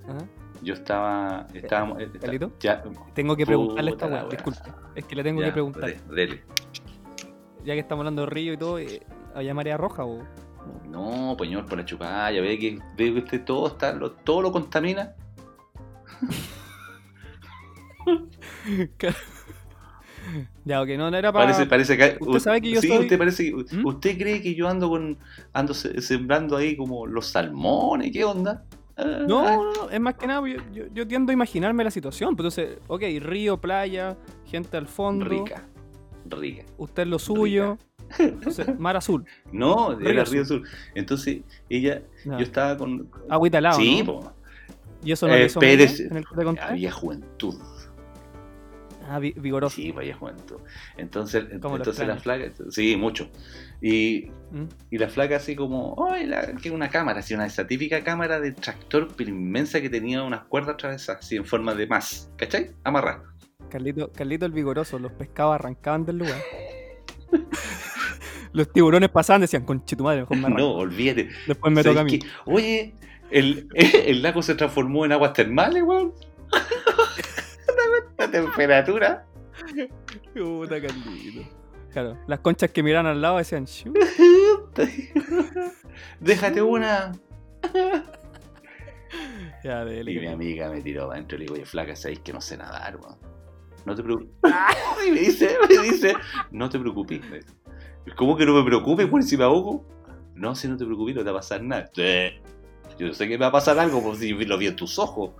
B: Ajá.
A: Yo estaba. Estábamos. eh, está-
B: Eh, ¿Carlito?
A: ya,
B: Tengo que preguntarle a esta
A: Puta la
B: weá,
A: weá.
B: disculpe. Es que le tengo
A: ya,
B: que preguntar.
A: de- dele.
B: Ya que estamos hablando de río y todo, eh, ¿había marea roja o.?
A: No, peñol, por la chupalla. Ve que, ve que usted todo, está, lo, todo lo contamina.
B: Ya, ok, no, no era para.
A: Parece, parece que.
B: Usted sabe que yo
A: sí,
B: soy-
A: usted parece que.
B: ¿Mm?
A: ¿Usted cree que yo ando con. ando se- sembrando ahí como los salmones? ¿Qué onda? Ah,
B: No,
A: ah,
B: no, no, es más que nada, yo, yo, yo tiendo a imaginarme la situación. pero Entonces, ok, río, playa, gente al fondo,
A: rica. Rica.
B: usted lo suyo, entonces, mar azul.
A: No, de
B: Río
A: la Río Sur. Entonces, ella.
B: ya.
A: Yo estaba con.
B: Agüita al lado.
A: sí,
B: ¿no?
A: po,
B: Y eso no lo
A: Eh,
B: hizo Mena
A: Pérez-
B: en el que te conté.
A: había juventud.
B: Ah, vi- vigoroso.
A: Sí, vaya juventud. Entonces,
B: Como los
A: entonces la
B: planes.
A: flaca, sí, mucho. Y,
B: ¿Mm?
A: y la flaca así como, ¡ay! la- que una cámara, así, una esa típica cámara de tractor pero inmensa que tenía unas cuerdas atravesadas, así en forma de más, ¿cachai? Amarrada.
B: Carlito, Carlito el vigoroso, los pescados arrancaban del lugar. los tiburones pasaban y decían, conche tu madre, mejor me arranco".
A: No, olvídate.
B: Después me
A: ¿Sabes
B: toca a mí.
A: qué? Oye, el, el lago se transformó en aguas termales, weón. La temperatura.
B: Puta, Carlito. Claro, las conchas que miraban al lado decían, "Shuu".
A: Déjate una.
B: Ya, dele,
A: Y mi
B: Carlito.
A: amiga me tiró adentro y le digo, oye, flaca, sabéis que no sé nadar, weón. No te preocupes. y me dice, me dice, no te preocupes. me dice. ¿Cómo que no me preocupes por si me ahogo? No, si no te preocupes, no te va a pasar nada. "Sí. Yo sé que me va a pasar algo por si lo vi en tus ojos.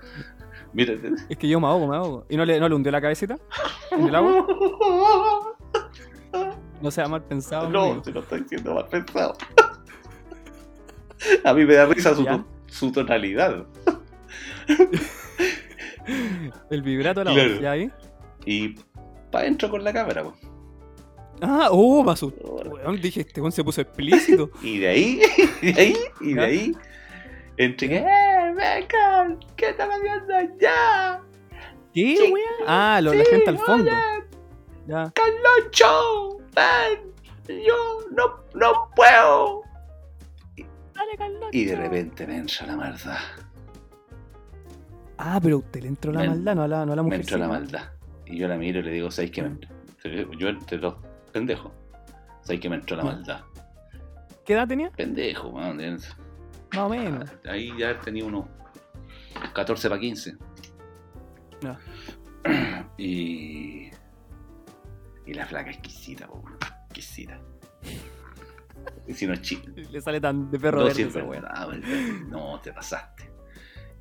A: Mira,
B: Es que yo me ahogo, me ahogo. ¿Y no le, no le hundió la cabecita? ¿En el agua? No sea mal pensado.
A: No,
B: amigo.
A: te lo estoy diciendo mal pensado. A mí me da risa su,
B: Ya.
A: su tonalidad.
B: El vibrato de la
A: Claro.
B: voz, ¿ya ahí?
A: Y para adentro con la cámara, weón.
B: Ah, oh, me asustó. weón. Dije, este weón se puso explícito.
A: Y de ahí, y de ahí, y de
B: ¿Ya?
A: ahí, entre que, ¡eh, vengan! ¿Qué están haciendo ya?
B: ¿Qué,
A: Sí.
B: weón? Ah, lo- la gente al
A: Sí,
B: fondo.
A: oye,
B: Ya.
A: ¡Yo! ¡Ven! ¡Yo no, no puedo! Y de repente me entra la maldad.
B: Ah, pero a usted le entró la
A: Me-
B: maldad, no a la, no a la
A: Me
B: mujer.
A: entra la maldad. Y yo la miro y le digo, ¿sabes qué me entra? Yo entre los pendejos. ¿Sabes qué me entró la
B: Ya.
A: maldad?
B: ¿Qué edad tenía?
A: Pendejo, man.
B: Más o menos.
A: Ahí ya tenía unos 14 para 15.
B: Ya.
A: Y. Y la flaca exquisita, po, weón, exquisita. Y si no es chi-
B: Le sale tan de perro
A: no,
B: verde
A: sí, es
B: esa weá.
A: verdad, weón, ah, no, te pasaste.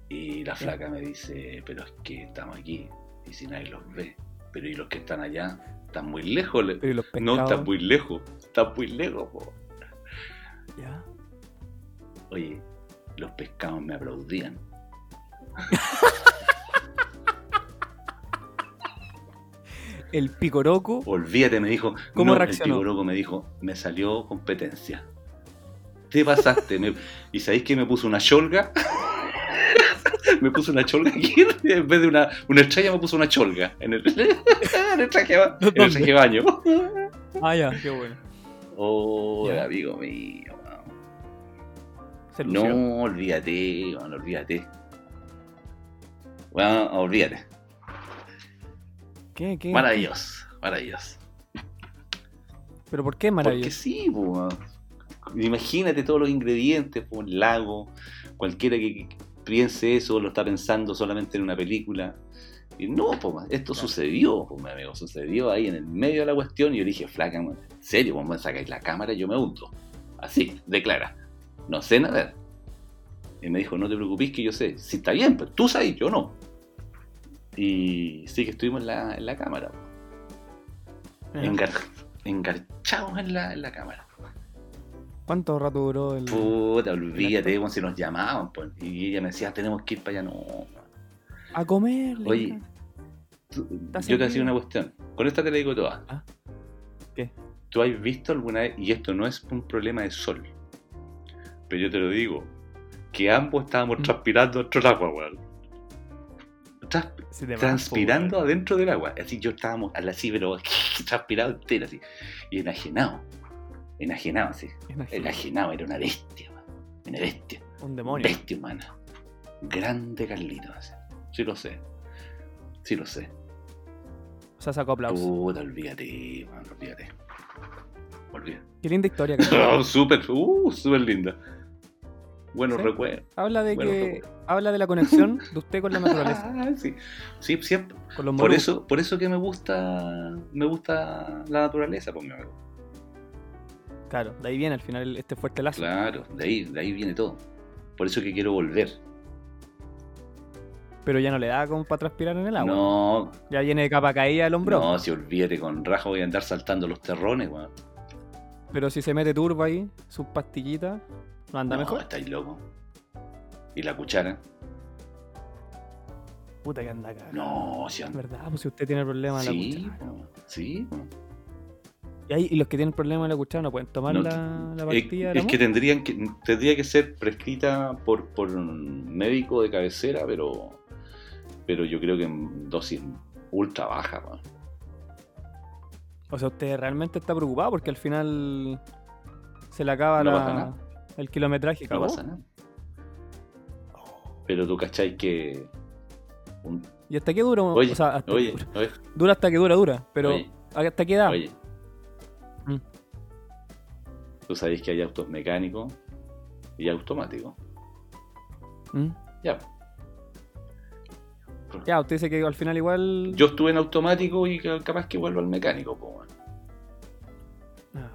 A: Y la flaca me dice, pero es que estamos aquí y si nadie los ve. Pero y los que están allá, están muy lejos. le-
B: Pero y los
A: No,
B: pescados.
A: están muy lejos, están muy lejos. po.
B: Ya.
A: Oye, los pescados me aplaudían.
B: El picoroco.
A: Olvídate, me dijo.
B: ¿Cómo
A: no,
B: reaccionó?
A: El psicólogo me dijo, me salió competencia. Te pasaste. me- ¿Y sabéis que me puso una cholga? me puso una cholga aquí. En vez de una, una estrella, me puso una cholga. En el, en el traje, ba- en el traje de baño.
B: Ah, ya, qué bueno.
A: Oh,
B: Ya.
A: amigo mío.
B: Se lució.
A: No, olvídate, bueno, olvídate. Bueno, olvídate.
B: ¿Qué, qué?
A: Maravilloso, maravilloso.
B: ¿Pero por qué
A: Porque
B: maravilloso?
A: sí, po, weón. imagínate todos los ingredientes, po, un lago, cualquiera que que piense eso lo está pensando solamente en una película. Y no, po, weón, esto sucedió, po, mi amigo, sucedió ahí en el medio de la cuestión y yo dije, flaca, weón, en serio, vos me sacáis la cámara y yo me hundo. Así, declara, no sé nadar. Y me dijo, no te preocupes que yo sé, si está bien, pero tú sabes, yo no. Y sí que estuvimos en la, en la cámara. po engar- engarchados en la, en la cámara.
B: ¿Cuánto rato duró el.?
A: Puta, olvídate, weón, si nos llamaban, pues. Y ella me decía, tenemos que ir para allá, no.
B: A comer. le
A: Oye,
B: dijeron.
A: tú-
B: ¿Estás
A: yo te hacía
B: entendido?
A: una cuestión. Con esta te la digo toda.
B: Ah. ¿Qué?
A: ¿Tú has visto alguna vez, y esto no es un problema de sol, pero yo te lo digo, que ambos estábamos
B: Mm.
A: transpirando dentro del agua, weón. Tras-
B: Sí, de más, po,
A: transpirando
B: weón.
A: adentro del agua. Así yo estábamos al así, pero transpirado entero, así. Y enajenado. Enajenado, así.
B: Imagínate,
A: Enajenado, era una bestia, weón. Una bestia.
B: Un demonio.
A: Bestia humana. Grande Carlitos. así. Sí lo sé. Sí lo sé.
B: O sea, sacó aplausos.
A: Puta, olvídate, weón, olvídate. Olvídate.
B: Qué linda historia,
A: Oh,
B: Carlos.
A: súper, uh, súper linda. Bueno,
B: ¿Sí?
A: recuerdo.
B: Habla de
A: Bueno,
B: que. Habla de la conexión de usted con la naturaleza.
A: Ah, sí. Sí, siempre.
B: Con los
A: Por
B: moluscos.
A: eso, por eso que me gusta, me gusta la naturaleza, pues, mi amigo.
B: Claro, de ahí viene al final el- este fuerte lazo.
A: Claro, de ahí, de ahí viene todo. Por eso que quiero volver.
B: Pero ya no le da como para transpirar en el agua.
A: No,
B: Ya viene de capa caída el hombro.
A: no, si olvídate, con raja voy a andar saltando los terrones, weón.
B: Pero si se mete turbo ahí, sus pastillitas, no anda
A: No,
B: mejor.
A: estáis loco. Y la cuchara.
B: Puta que anda acá.
A: No, si anda.
B: ¿Verdad? Pues si usted tiene problema de la
A: Sí,
B: cuchara.
A: po, sí. po.
B: Y, ahí- y los que tienen problema de la cuchara no pueden tomar
A: No,
B: la, la
A: Es,
B: pastilla.
A: es que tendrían que tendría que ser prescrita por, por un médico de cabecera, pero pero yo creo que en dosis ultra baja. weón.
B: O sea, usted realmente está preocupado porque al final se le acaba
A: No
B: la-
A: pasa nada.
B: el kilometraje. y
A: No
B: acabó.
A: pasa nada. Pero tú cacháis que un-
B: ¿Y hasta qué dura?
A: Oye,
B: o sea, hasta-
A: oye, oye,
B: dura hasta que dura, dura. Pero
A: Oye.
B: hasta qué edad.
A: oye.
B: Mm.
A: Tú sabéis que hay autos mecánicos y automáticos.
B: ¿Mm?
A: Ya.
B: Ya, usted dice que al final igual...
A: Yo estuve en automático y ca- capaz que vuelvo al mecánico, po, weón.
B: Ah.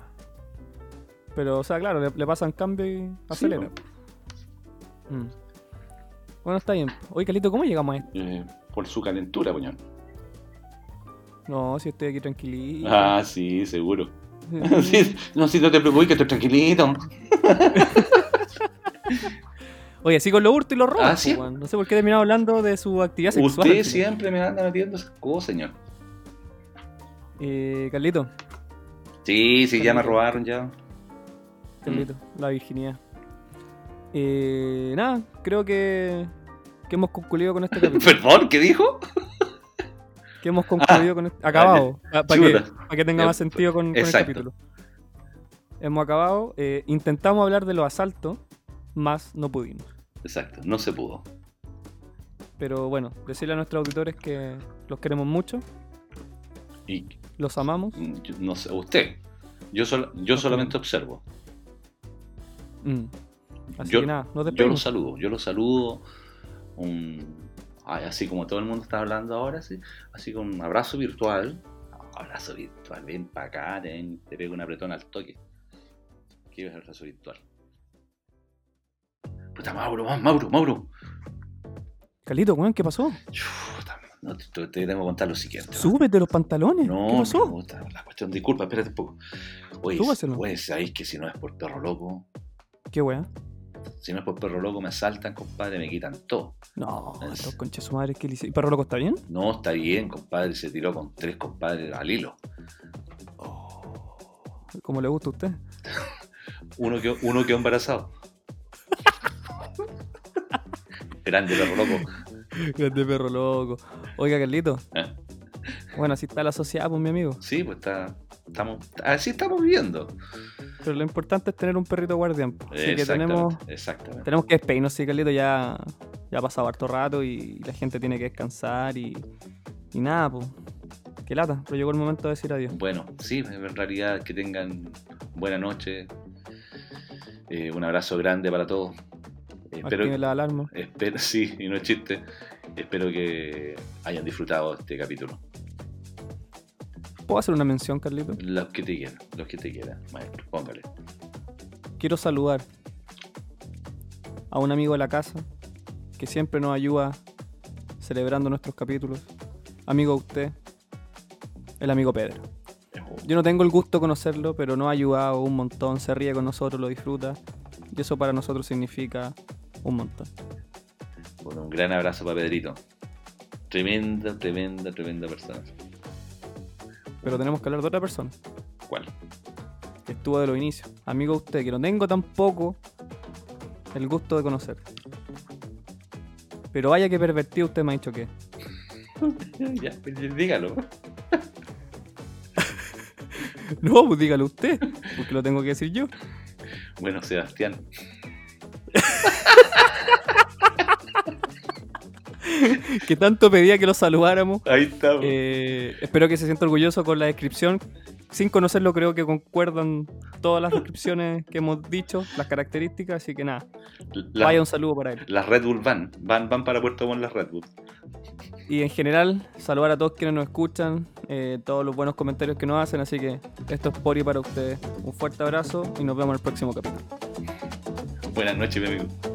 B: Pero, o sea, claro, le, le pasan cambio y
A: Sí,
B: acelera. Mm. Bueno, está bien. Oye, Calito, ¿cómo llegamos a esto?
A: eh, por su calentura, poñón.
B: No, si estoy aquí tranquilito.
A: Ah, sí, seguro. Sí, no, sí, no te preocupes, que estoy tranquilito.
B: Oye, así con lo hurto y lo robo. pues,
A: Ah, sí.
B: weón. No sé por qué he terminado hablando de su actividad sexual.
A: Usted
B: al final.
A: siempre me anda metiendo esas cosas, señor.
B: Eh, Carlito,
A: Sí, sí, ya me robaron ya.
B: Carlito,
A: Mm.
B: la virginidad. Eh, nada, creo que, que hemos concluido con este capítulo.
A: Perdón, ¿qué dijo?
B: que hemos concluido con este... Acabado. Para que,
A: Ah, Chuta.
B: pa' que tenga
A: Ya,
B: más sentido con, con el
A: exacto.
B: capítulo. Hemos acabado. eh, intentamos hablar de los asaltos, más no pudimos.
A: Exacto, no se pudo.
B: Pero bueno, decirle a nuestros auditores que los queremos mucho,
A: Y
B: los amamos.
A: mm, yo- no sé, usted. Yo, sol- yo solamente observo.
B: Mm. Así
A: Yo-
B: que nada, nos
A: Yo lo
B: despedimos.
A: saludo, yo lo saludo. un- ay, así como todo el mundo está hablando ahora, sí, así con un abrazo virtual. Abrazo virtual, ven para acá, te, ven- te pego un apretón al toque. ¿Qué es el abrazo virtual? Puta, Mauro, Ma- Mauro, Mauro.
B: Calito, weón, ¿qué pasó?
A: Chuta, no, te, te- te tengo que contar lo siguiente. ¿no?
B: Súbete los pantalones.
A: No,
B: ¿Qué pasó?
A: me gusta la cuestión, disculpa, espérate un poco. Oye,
B: Súbaselo.
A: oye, sabéis que si no es por perro loco,
B: Qué weón.
A: si no es por perro loco me asaltan, compadre, me quitan todo.
B: No,
A: Es-
B: estos conches su madre, ¿qué le hice? ¿Y ¿Perro loco está bien?
A: No, está bien, compadre, se tiró con tres compadres al hilo. Oh.
B: Como le gusta a usted.
A: Uno quedó, uno quedó embarazado. Grande perro loco.
B: Grande perro loco. Oiga, Carlito.
A: ¿Eh?
B: Bueno, así está la sociedad, pues, mi amigo.
A: Sí, pues está, estamos, así estamos viviendo.
B: Pero lo importante es tener un perrito guardián. pues. Así que
A: Exactamente,
B: tenemos,
A: exactamente.
B: tenemos que despedirnos, sí, Carlito. Ya, ya ha pasado harto rato y la gente tiene que descansar y, y nada, pues. Qué lata, pero llegó el momento de decir adiós.
A: Bueno, sí, en realidad que tengan buena noche. Eh, un abrazo grande para todos. Espero,
B: Activen la alarma.
A: espero, sí, y no es chiste. Espero que hayan disfrutado este capítulo.
B: ¿Puedo hacer una mención, Carlito?
A: Los que te quieran, los que te quieran, maestro, póngale.
B: Quiero saludar a un amigo de la casa que siempre nos ayuda celebrando nuestros capítulos. Amigo de usted, el amigo Pedro. Yo no tengo el gusto de conocerlo, pero nos ha ayudado un montón, se ríe con nosotros, lo disfruta. Y eso para nosotros significa un montón.
A: Bueno, un gran abrazo para Pedrito. Tremenda, tremenda, tremenda persona.
B: Pero tenemos que hablar de otra persona
A: ¿Cuál?
B: que estuvo de los inicios. Amigo de usted, que no tengo tampoco el gusto de conocer. Pero vaya que pervertido usted me ha dicho que. es.
A: ya, pues, dígalo.
B: No, pues dígalo usted, porque lo tengo que decir yo.
A: Bueno, Sebastián.
B: Que tanto pedía que lo saludáramos.
A: Ahí está. po.
B: Eh, espero que se sienta orgulloso con la descripción. Sin conocerlo creo que concuerdan todas las descripciones que hemos dicho, las características, así que nada,
A: La-
B: vaya un saludo para él.
A: Las Red Bull van. Van, van para Puerto Montt las Red Bull.
B: Y en general, saludar a todos quienes nos escuchan, eh, todos los buenos comentarios que nos hacen, así que esto es Pori para ustedes. Un fuerte abrazo y nos vemos en el próximo capítulo.
A: Buenas noches, mi amigo.